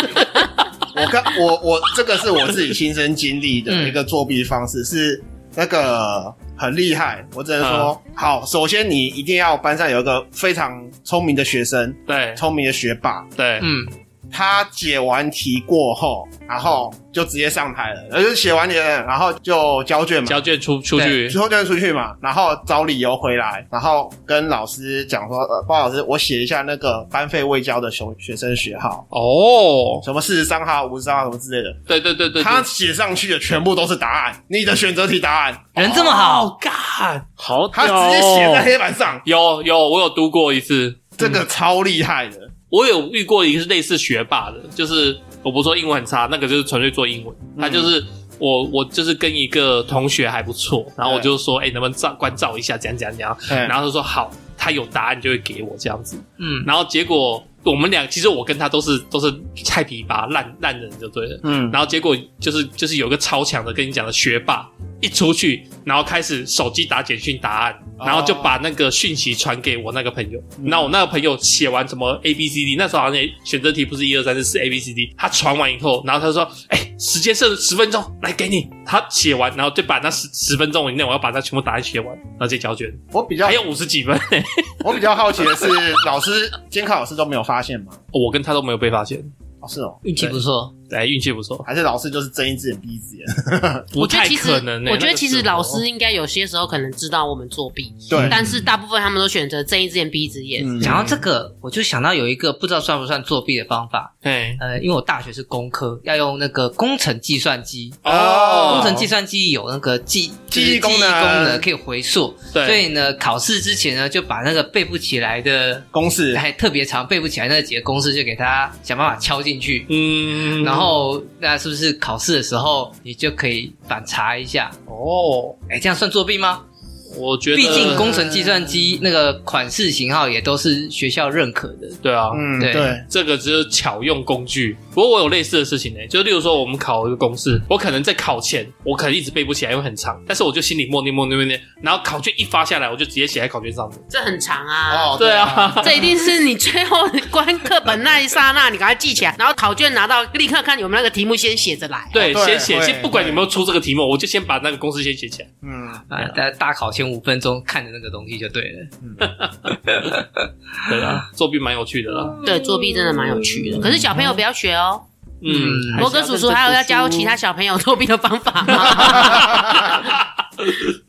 我刚我我这个是我自己亲身经历的嗯一个作弊方式，是那个很厉害。我只能说，嗯好，首先你一定要班上有一个非常聪明的学生，对聪明的学霸，对，嗯，他解完题过后，然后就直接上台了，然后就写完题了，然后就交卷嘛。交卷出出去之，后就出去嘛，然后找理由回来，然后跟老师讲说，呃，包老师，我写一下那个班费未交的学学生学号，哦，什么四十三号、五十三号什么之类的，对对对对，他写上去的全部都是答案，你的选择题答案，人这么哦好，干，好屌他哦，直接写在黑板上，有有，我有读过一次，嗯这个超厉害的。我有遇过一个类似学霸的，就是我不是说英文很差，那个就是纯粹做英文，他就是。我我就是跟一个同学还不错，然后我就说，哎、能不能照关照一下，讲讲讲，嗯然后他说好，他有答案就会给我这样子，嗯然后结果我们俩其实我跟他都是都是菜皮吧，烂烂人就对了，嗯，然后结果就是就是有个超强的跟你讲的学霸，一出去，然后开始手机打简讯答案，哦然后就把那个讯息传给我那个朋友。那、我那个朋友写完什么 A B C D，那时候好像也选择题不是一二三四是 A B C D，他传完以后，然后他说：“哎、时间剩十分钟，来给你。”他写完，然后就把那十十分钟以内我要把它全部答案写完，然后再交卷，我比较还有五十几分、欸我比较好奇的是， (laughs) 老师监考老师都没有发现吗？我跟他都没有被发现。哦，是哦，运气不错，哎，运气不错，还是老师就是睁一只眼闭一只眼？不我觉得太其实可能、欸。我觉得其实那个时候老师应该有些时候可能知道我们作弊，对，但是大部分他们都选择睁一只眼闭一只眼。嗯讲到这个，我就想到有一个不知道算不算作弊的方法。哎呃，因为我大学是工科，要用那个工程计算机，哦工程计算机有那个记记忆就是功功能能可以回溯，对所以呢，考试之前呢就把那个背不起来的，公式还特别长背不起来那几个公式，就给它想办法敲进去。嗯，然后，那是不是考试的时候你就可以反查一下？哦，哎，这样算作弊吗？我觉得毕竟工程计算机那个款式型号也都是学校认可的。对啊，嗯，对对，这个只是巧用工具。不过我有类似的事情呢、欸就例如说我们考一个公式，我可能在考前我可能一直背不起来，因为很长，但是我就心里默念默念默念，然后考卷一发下来，我就直接写在考卷上面。这很长啊，哦，对，啊，这一定是你最后关课本那一刹那，你赶快记起来，然后考卷拿到立刻看有没有那个题目先写着来。对，对先写，会先不管有没有出这个题目，我就先把那个公式先写起来。嗯，啊，大大考前五分钟看的那个东西就对了。对啊，作弊蛮有趣的啦。对，作弊真的蛮有趣的，可是小朋友不要学哦。嗯，嗯罗哥叔叔还有要教其他小朋友作弊的方法 (laughs) 吗？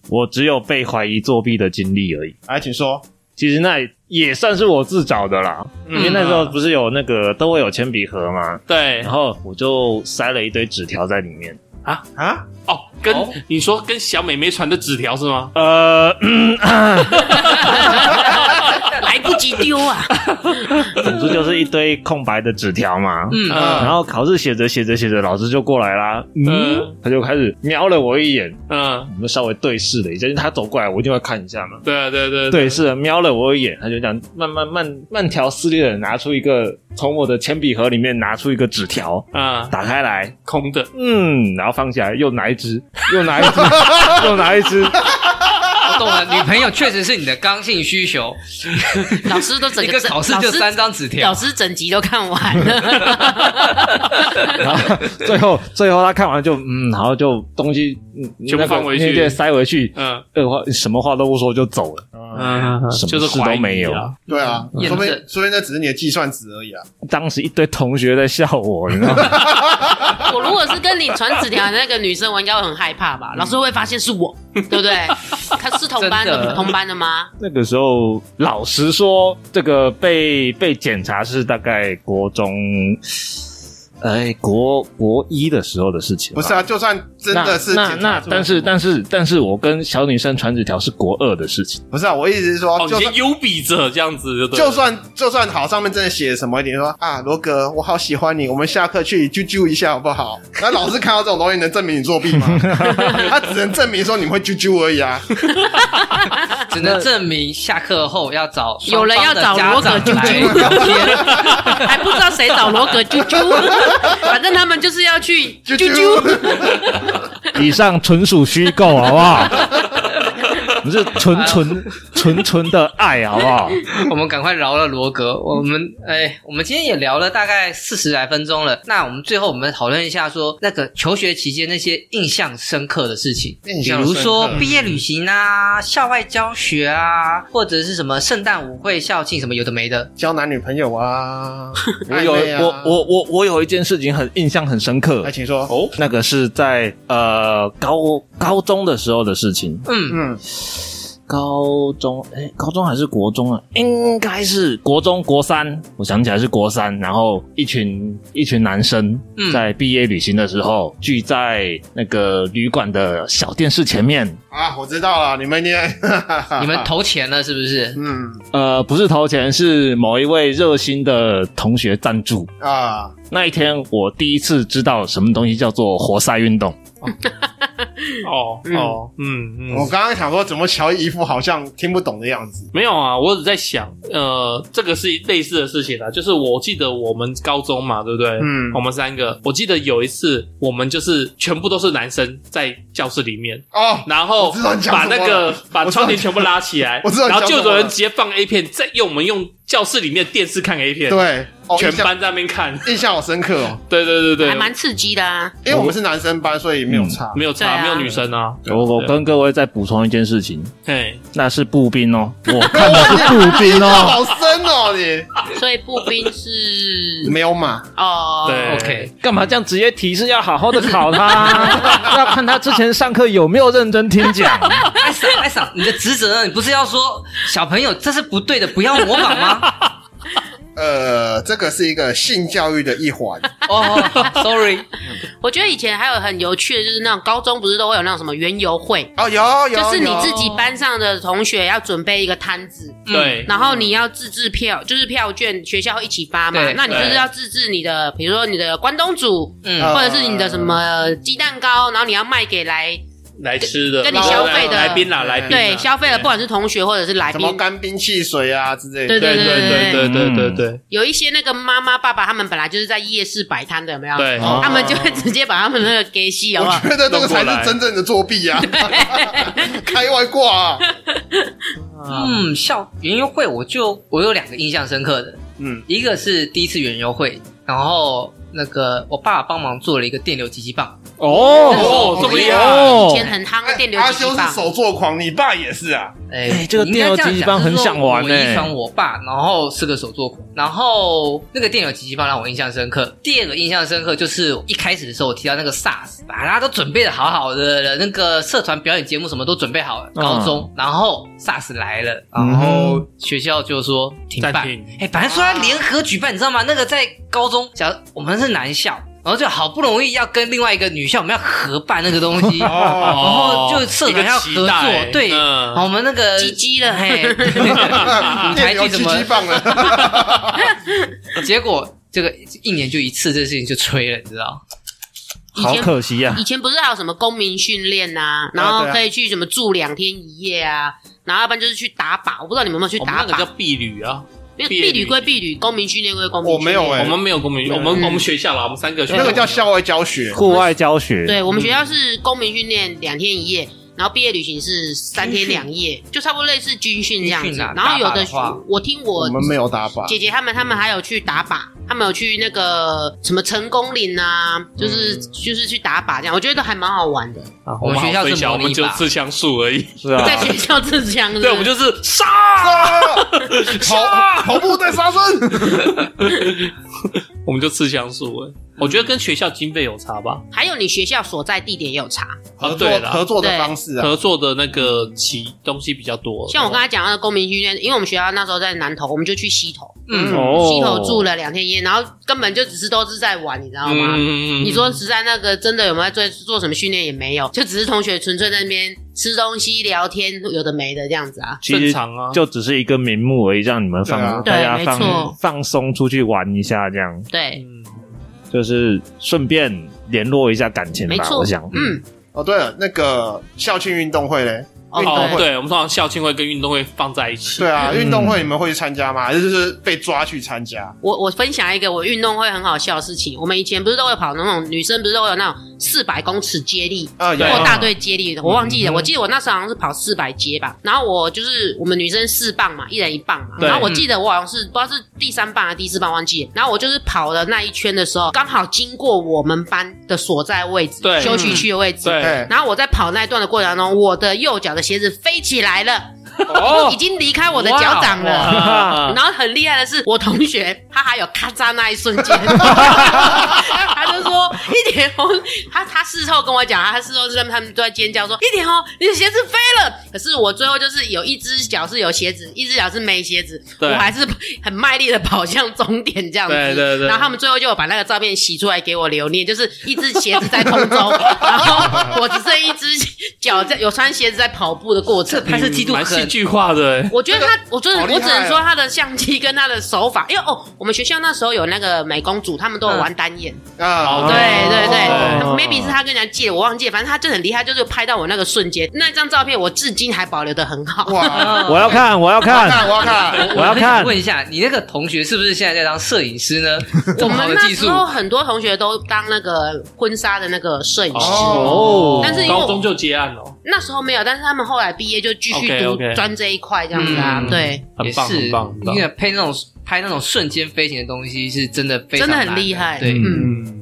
我只有被怀疑作弊的经历而已。来，请说，其实那也算是我自找的啦，嗯因为那时候不是有那个都会有铅笔盒嘛，对然后我就塞了一堆纸条在里面。啊，哦，跟哦你说跟小美眉传的纸条是吗？呃，来不及丢 (laughs) 啊！总之就是一堆空白的纸条嘛。嗯，嗯然后考试写着写着写着，老师就过来啦，嗯嗯，他就开始瞄了我一眼，嗯，我们稍微对视了一下，因为他走过来，我一定会看一下嘛。对啊对对对，视了瞄了我一眼，他就这样慢慢慢慢条斯理的拿出一个，从我的铅笔盒里面拿出一个纸条，啊，打开来，空的，嗯，然后放起来，又拿一支，又拿一支， (laughs) 又拿一支，我懂了，女朋友确实是你的刚性需求，老师都整一个整考试就三张纸老条，师整集都看完 (laughs) 了，然后最后最后他看完就嗯，然后就东西嗯那全部个放回去那个塞回去，嗯二话什么话都不说就走了。嗯，嗯，什么就是事都怀疑没有啊对啊，验说不定证说不定那只是你的计算值而已啊，当时一堆同学在笑我，你知道吗？ (laughs) 我如果是跟你传纸条的那个女生，我应该会很害怕吧？老师会发现是我，对不对？他是同班真的的同班的吗？那个时候，老实说，这个被被检查是大概国中，哎，国国一的时候的事情吧。不是啊，就算真那的是那检查那，出但是但是但是我跟小女生传纸条是国二的事情。不是啊，我意思是哦，说，你就先算优比着这样子就对了，就算就算好，上面真的写什么一点说啊，罗格，我好喜欢你，我们下课去啾啾一下好不好？那老师看到这种东西能证明你作弊吗？他只能证明说你会啾啾而已啊。只能证明下课后要找有人要找双罗格方的啾家长来 (laughs) 聊天。啾，还不知道谁找罗格啾啾，反正他们就是要去啾啾啾啾。以上纯属虚构，好不好？ (laughs) 我们是纯纯纯纯的爱，好不好？ (laughs) 我们赶快饶了罗格。我们哎，我们今天也聊了大概四十来分钟了。那我们最后我们讨论一下说，那个求学期间那些印象深刻的事情，印比象深如刻说毕业旅行啊、校外教学啊，或者是什么圣诞舞会、校庆什么有的没的。交男女朋友啊，我有暧昧啊我我我我有一件事情很印象很深刻哎，，请说哦，那个是在呃高高中的时候的事情。嗯，嗯，高中，哎、高中还是国中啊？应该是国中国三，我想起来是国三。然后一群一群男生嗯在毕业旅行的时候、聚在那个旅馆的小电视前面，啊，我知道了，你们你你们投钱了是不是？ (laughs) 嗯呃，不是投钱，是某一位热心的同学赞助。啊，那一天，我第一次知道什么东西叫做活塞运动。哦嗯哦嗯嗯，我刚刚想说怎么乔伊一副好像听不懂的样子，没有啊，我只在想，呃，这个是类似的事情啊，就是我记得我们高中嘛，对不对？嗯我们三个，我记得有一次我们就是全部都是男生在教室里面，哦，然后我知道你讲把什么了那个把我知道窗帘全部拉起来，我知道你然讲后什就么有人了直接放 A 片，再用我们用教室里面的电视看 A 片，对，哦嗯全印象班在那边看。印象好深刻哦，对对对还对，蛮刺激的啊。因为我们是男生班，所以没有差。没有对差，啊没有女生啊。我我跟各位再补充一件事情，嘿，那是步兵哦，我看的是步兵哦，好哦。深哦，你所以步兵是没有嘛？哦，对 OK，干嘛这样直接提示要好好的考 (laughs) 他？要看他之前上课有没有认真听讲。艾桑，艾桑，你的职责呢？你不是要说小朋友这是不对的，不要模仿吗？呃，这个是一个性教育的一 (laughs) 环，哦、s o r r y 我觉得以前还有很有趣的，就是那种高中不是都会有那种什么园游会，哦，有有，就是你有自己班上的同学要准备一个摊子，嗯对，然后你要自制票，就是票券学校一起发嘛对，那你就是对哦要自制你的，比如说你的关东煮，嗯呃或者是你的什么鸡蛋糕，然后你要卖给来来吃的，跟你来消费的来宾啦，来宾啦对消费的，不管是同学或者是来什宾么，干冰汽水啊之类对的。对对对对对对对有一些那个妈妈爸爸他们本来就是在夜市摆摊的，有没有？对，哦 (laughs) 他们就会直接把他们那个给洗，好我不好？觉得这个才是真正的作弊 (laughs) 啊！开外挂啊！嗯，校园游会，我就我有两个印象深刻的，嗯，一个是第一次园游会，然后那个我爸爸帮忙做了一个电流急急棒，哦哦这么厉害以前很夯的电流哎阿机修是吧。手作狂，你爸也是啊。哎、哎这个你应该电流这样急急讲棒就是很说想玩我欸遗传我爸，然后是个手作狂，然后那个电流急急棒让我印象深刻。第二个印象深刻就是一开始的时候我提到那个 SARS，把大家都准备的好好的了，那个社团表演节目什么都准备好了，高中，嗯然后 SARS 来了，然后学校就说停办暂停，哎，本来说要联合举办，你知道吗？那个在高中，假如我们是男校。然后就好不容易要跟另外一个女校，我们要合办那个东 (laughs) 西，然哦，后就社团要合一个期作待，对，嗯好我们那个鸡鸡了嘿， (laughs) 嗯舞电台流剧怎鸡么鸡，棒啊 (laughs) 了，结果这个一年就一次，这事情就吹了，你知道？以好前可惜啊呀、以前不是还有什么公民训练呐，然啊后对啊可以去什么住两天一夜啊，然后要不然就是去打靶，我不知道你们有没有去我哦们那打个叫靶，婢女啊，因为毕业婢旅女归婢女，公民训练归公民我训没练。有哎，我们没有公民，我们我们学校啦，我们三个学校那个叫校外教学，户外教学，对嗯我们学校是公民训练两天一夜，然后毕业旅行是三天两夜，就差不多类似军训这样嗯军子。训啊然后有打靶的话我听我我们没有打靶。姐姐他们，他们还有去打靶，他们有去那个什么成功岭啊，就是、嗯就是去打靶这样，我觉得都还蛮好玩的，啊我们学校好是分小，我模们拟就吧自枪术而已。嗯是啊，在学校自强是不是。对，我们就是杀， (laughs) 头头部在杀生，我们就自枪术而已。我觉得跟学校经费有差吧。还有你学校所在地点也有差，合啊，哦作对合了，作的方式啊，合作的那个其东西比较多。像我刚才讲到的公民训练，因为我们学校那时候在南投，我们就去西头，嗯，哦西头住了两天一夜，然后根本就只是都是在玩，你知道吗？嗯你说实在那个真的有没有做做什么训练也没有，就只是同学纯粹在那边吃东西聊天，有的没的这样子啊。其实正常啊就只是一个名目而已，让你们放、对啊大家对没放错放松出去玩一下，这样对，嗯就是顺便联络一下感情吧没。错我想，，嗯，哦，对了，那个校庆运动会嘞，运动哦，会，对，我们通常校庆会跟运动会放在一起。对啊，嗯运动会你们会去参加吗？还是就是被抓去参加？我我分享一个我运动会很好笑的事情，我们以前不是都会跑那种女生不是都会有那种四百公尺接力。啊，有对嗯或啊大队接力，我忘记了。我记得我那时候好像是跑四百接吧，然后我就是我们女生四棒嘛，一人一棒嘛。对然后我记得我好像是不知道是第三棒还是第四棒，忘记了。然后我就是跑的那一圈的时候，刚好经过我们班的所在位置，对嗯休息区的位置。对，对，然后我在跑那一段的过程当中，我的右脚的鞋子飞起来了，哦已，经离开我的脚掌了。啊然后很厉害的是，我同学他还有咔嚓那一瞬间， (laughs) 他就说一点红，他他事后跟我讲，他事后是他们他们都在尖叫说一点红，你的鞋子飞了。可是我最后就是有一只脚是有鞋子，一只脚是没鞋子，我对还是很卖力的跑向终点这样子。对对对然后他们最后就有把那个照片洗出来给我留念，就是一只鞋子在空中， (laughs) 然后我只剩一只脚在有穿鞋子在跑步的过程这。拍摄季度蛮戏很剧化的欸。我觉得他，我真的、好厉害我只能哦说他的相机跟他的手法，因为哦，我们学校那时候有那个美工组，他们都有玩单眼，啊，哦对对对、哦 m a y b e 是他跟人家借的，我忘记了，反正他就很厉害，就是拍到我那个瞬间，那张照片我至今还保留的很好。哇，嗯我要哦看，我要看，看我要 (laughs) 看，我要很想看。嗯问一下，你那个同学是不是现在在当摄影师 (laughs) 呢？这我么好们的那技术时，候很多同学都当那个婚纱的那个摄影师，哦但是因为我高中就结案了，那时候没有，但是他们后来毕业就继续读 OK，OK 专这一块这样子啊，嗯对。很也棒是很棒很，棒因。为配那种拍那种瞬间飞行的东西是真的非常真的很难厉害对，嗯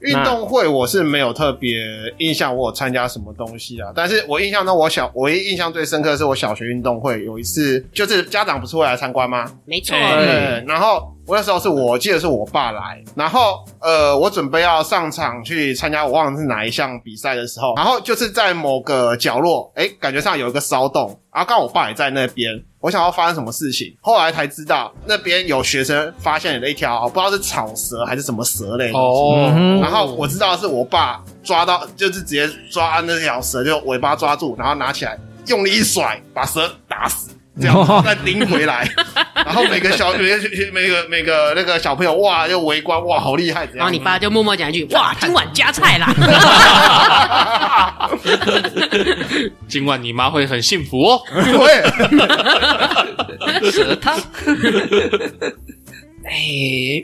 运动会我是没有特别印象，我有参加什么东西啊？但是我印象中，我小我印象最深刻的是我小学运动会有一次，就是家长不是会来参观吗？没错，哎对，然后我那时候是我记得是我爸来，然后呃，我准备要上场去参加，我忘了是哪一项比赛的时候，然后就是在某个角落，哎，感觉上有一个骚动，然后刚好我爸也在那边。我想要发生什么事情，后来才知道那边有学生发现了一条不知道是草蛇还是什么蛇类的东西哦嗯然后我知道是我爸抓到，就是直接抓那条蛇，就尾巴抓住，然后拿起来用力一甩，把蛇打死，这样再拎回来。然后每个小每个每个每个那个小朋友哇，就围观哇，好厉害！这然样后你爸就默默讲一句：“哇，今晚加菜啦今晚你妈会很幸福哦。对，蛇 (laughs) 汤。哎，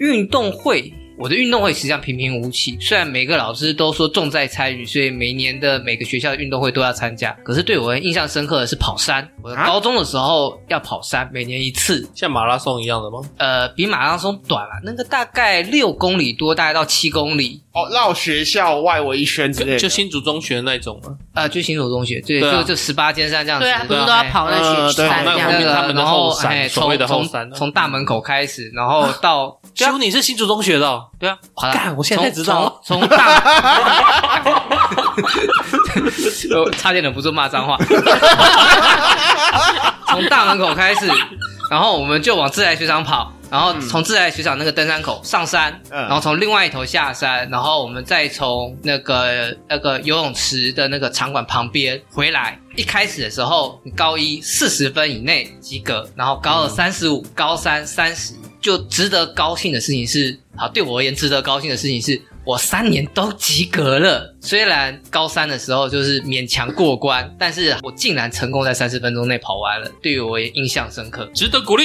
运动会，我的运动会实际上平平无奇。虽然每个老师都说重在参与，所以每年的每个学校的运动会都要参加。可是对我印象深刻的是跑山。我的啊高中的时候要跑山，每年一次，像马拉松一样的吗？呃，比马拉松短了、啊那个大概六公里多，大概到七公里。哦，绕学校外围一圈之类 (laughs) 的，就新竹中学那种吗？啊，就新手中学，对，对啊就就十八尖山这！”样子。对啊，不是哎都要跑那雪山对这啊那样个，子？他们的然后后山哎所谓的从后山啊从从大门口开始，然后到对啊修你是新竹中学的哦，对啊，好了，干我现在才知道 (laughs) 从，从从大， (laughs) 我差点忍不住骂脏话。 (laughs) 从大门口开始，然后我们就往自来水厂跑，然后从自来水厂那个登山口上山，嗯然后从另外一头下山，然后我们再从那个那个游泳池的那个场馆旁边回来。一开始的时候，你高一四十分以内及格，然后高二三十五，高三三十。就值得高兴的事情是，好，对我而言值得高兴的事情是我三年都及格了。虽然高三的时候就是勉强过关，但是我竟然成功在三十分钟内跑完了，对于我也印象深刻。值得鼓励。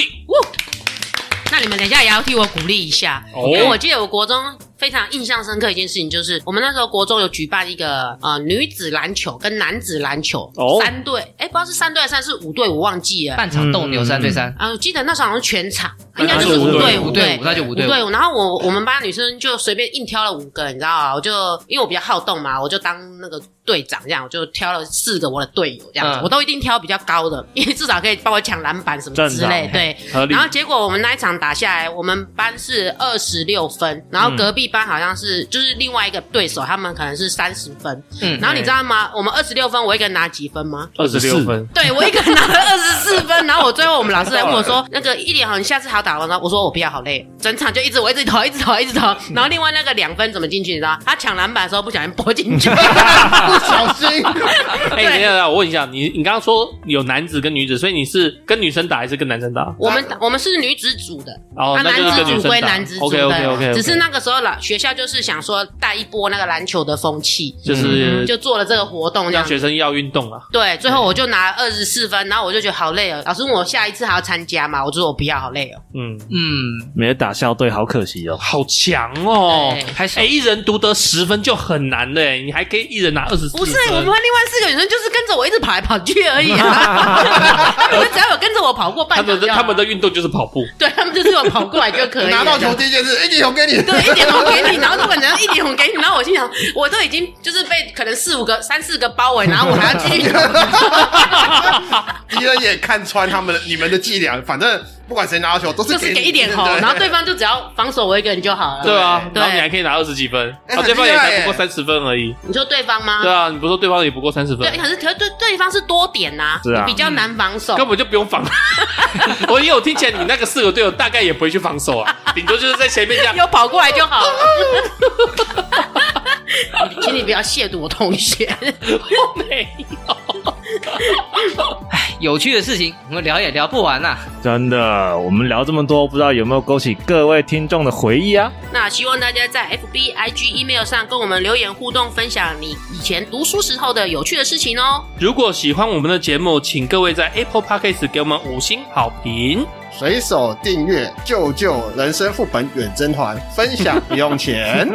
那你们等一下也要替我鼓励一下，哦因为我记得我国中非常印象深刻一件事情，就是我们那时候国中有举办一个呃女子篮球跟男子篮球、哦三队，哎，不知道是三队还是是五队，我忘记了。半场斗牛三对三，啊，我记得那时候好像是全场，应该就那是就五五队队五队队五，那就五五队队五。伍。然后我我们班女生就随便硬挑了五个，你知道吗？我就因为我比较好动嘛，我就当那个队长这样，我就挑了四个我的队友这样子，嗯我都一定挑比较高的，因为至少可以帮我抢篮板什么之类。正常对，合理然。后结果我们那一场打下来，我们班是二十六分，然后隔壁班好像是、就是另外一个对手，他们可能是三十分。嗯然后你知道吗？我们二十六分，我一个人拿几分吗？二十24六分，对我一个人拿了二十四分，然后我最后我们老师来问我说：“那个一脸好，你下次还要打完吗？”我说：“我不要，好累。”整场就一直我一直投，一直投，一直 (laughs) 投。然后另外那个两分怎么进去？你知道？他抢篮板的时候不小心拨进 (laughs) 去，不小心，哎，等一下，我问一下，你你刚刚说有男子跟女子，所以你是跟女生打还是跟男生打？我们我们是女子组的，哦，啊，那就是男跟子女组生归打男子。组 OK 的， OK OK，只是那个时候老学校就是想说带一波那个篮球的风气，就是嗯就做了这个活动这让样。学生要运动啊。对，最后我就拿二十四分，然后我就觉得好累哦。老师问我下一次还要参加吗？我就说我不要，好累哦。嗯，嗯，没有打校队，好可惜哦。好强哦对！还哎，一人独得十分就很难了，你还可以一人拿二十四分。不是，我们班另外四个女生就是跟着我一直跑来跑去而已、 (laughs) 啊。他们只要有跟着我跑过半他场们的就好他们的运动就是跑步，对他们就是有跑过来就可以了拿到球。第一件事，哎，你球给你，对， (laughs) 一点红给你，然后日本人一点红给你，然后我心想，我都已经就是被可能四五个、三四个包围，然后我还要继 (laughs) 续敌人也看穿他们的你们的伎俩，反正不管谁拿到球都是就是给一点红红，，然后对方就只要防守我一个人就好了。对啊，对然后你还可以拿二十几分，哎啊，对方也很厉害才耶不过三十分而已。你说对方吗？对啊，你不说对方也不过三十分对，，可是可是对对方是多点呐、是啊比较难防守。根本就不用防。 (laughs) 我也有听起来，你那个四个队友大概也不会去防守啊，顶多就是在前面这样。有跑过来就好了。 (laughs) 请你不要亵渎我同学。 (laughs) 我没有，有趣的事情我们聊也聊不完啊呐、真的，我们聊这么多，不知道有没有勾起各位听众的回忆啊？那希望大家在 FB、IG、email 上跟我们留言互动，分享你以前读书时候的有趣的事情哦。如果喜欢我们的节目，请各位在 Apple Podcast 给我们五星好评。随手订阅“救救人生副本远征团”，分享不嗯用钱。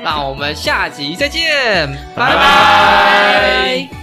那我们下集再见，拜拜拜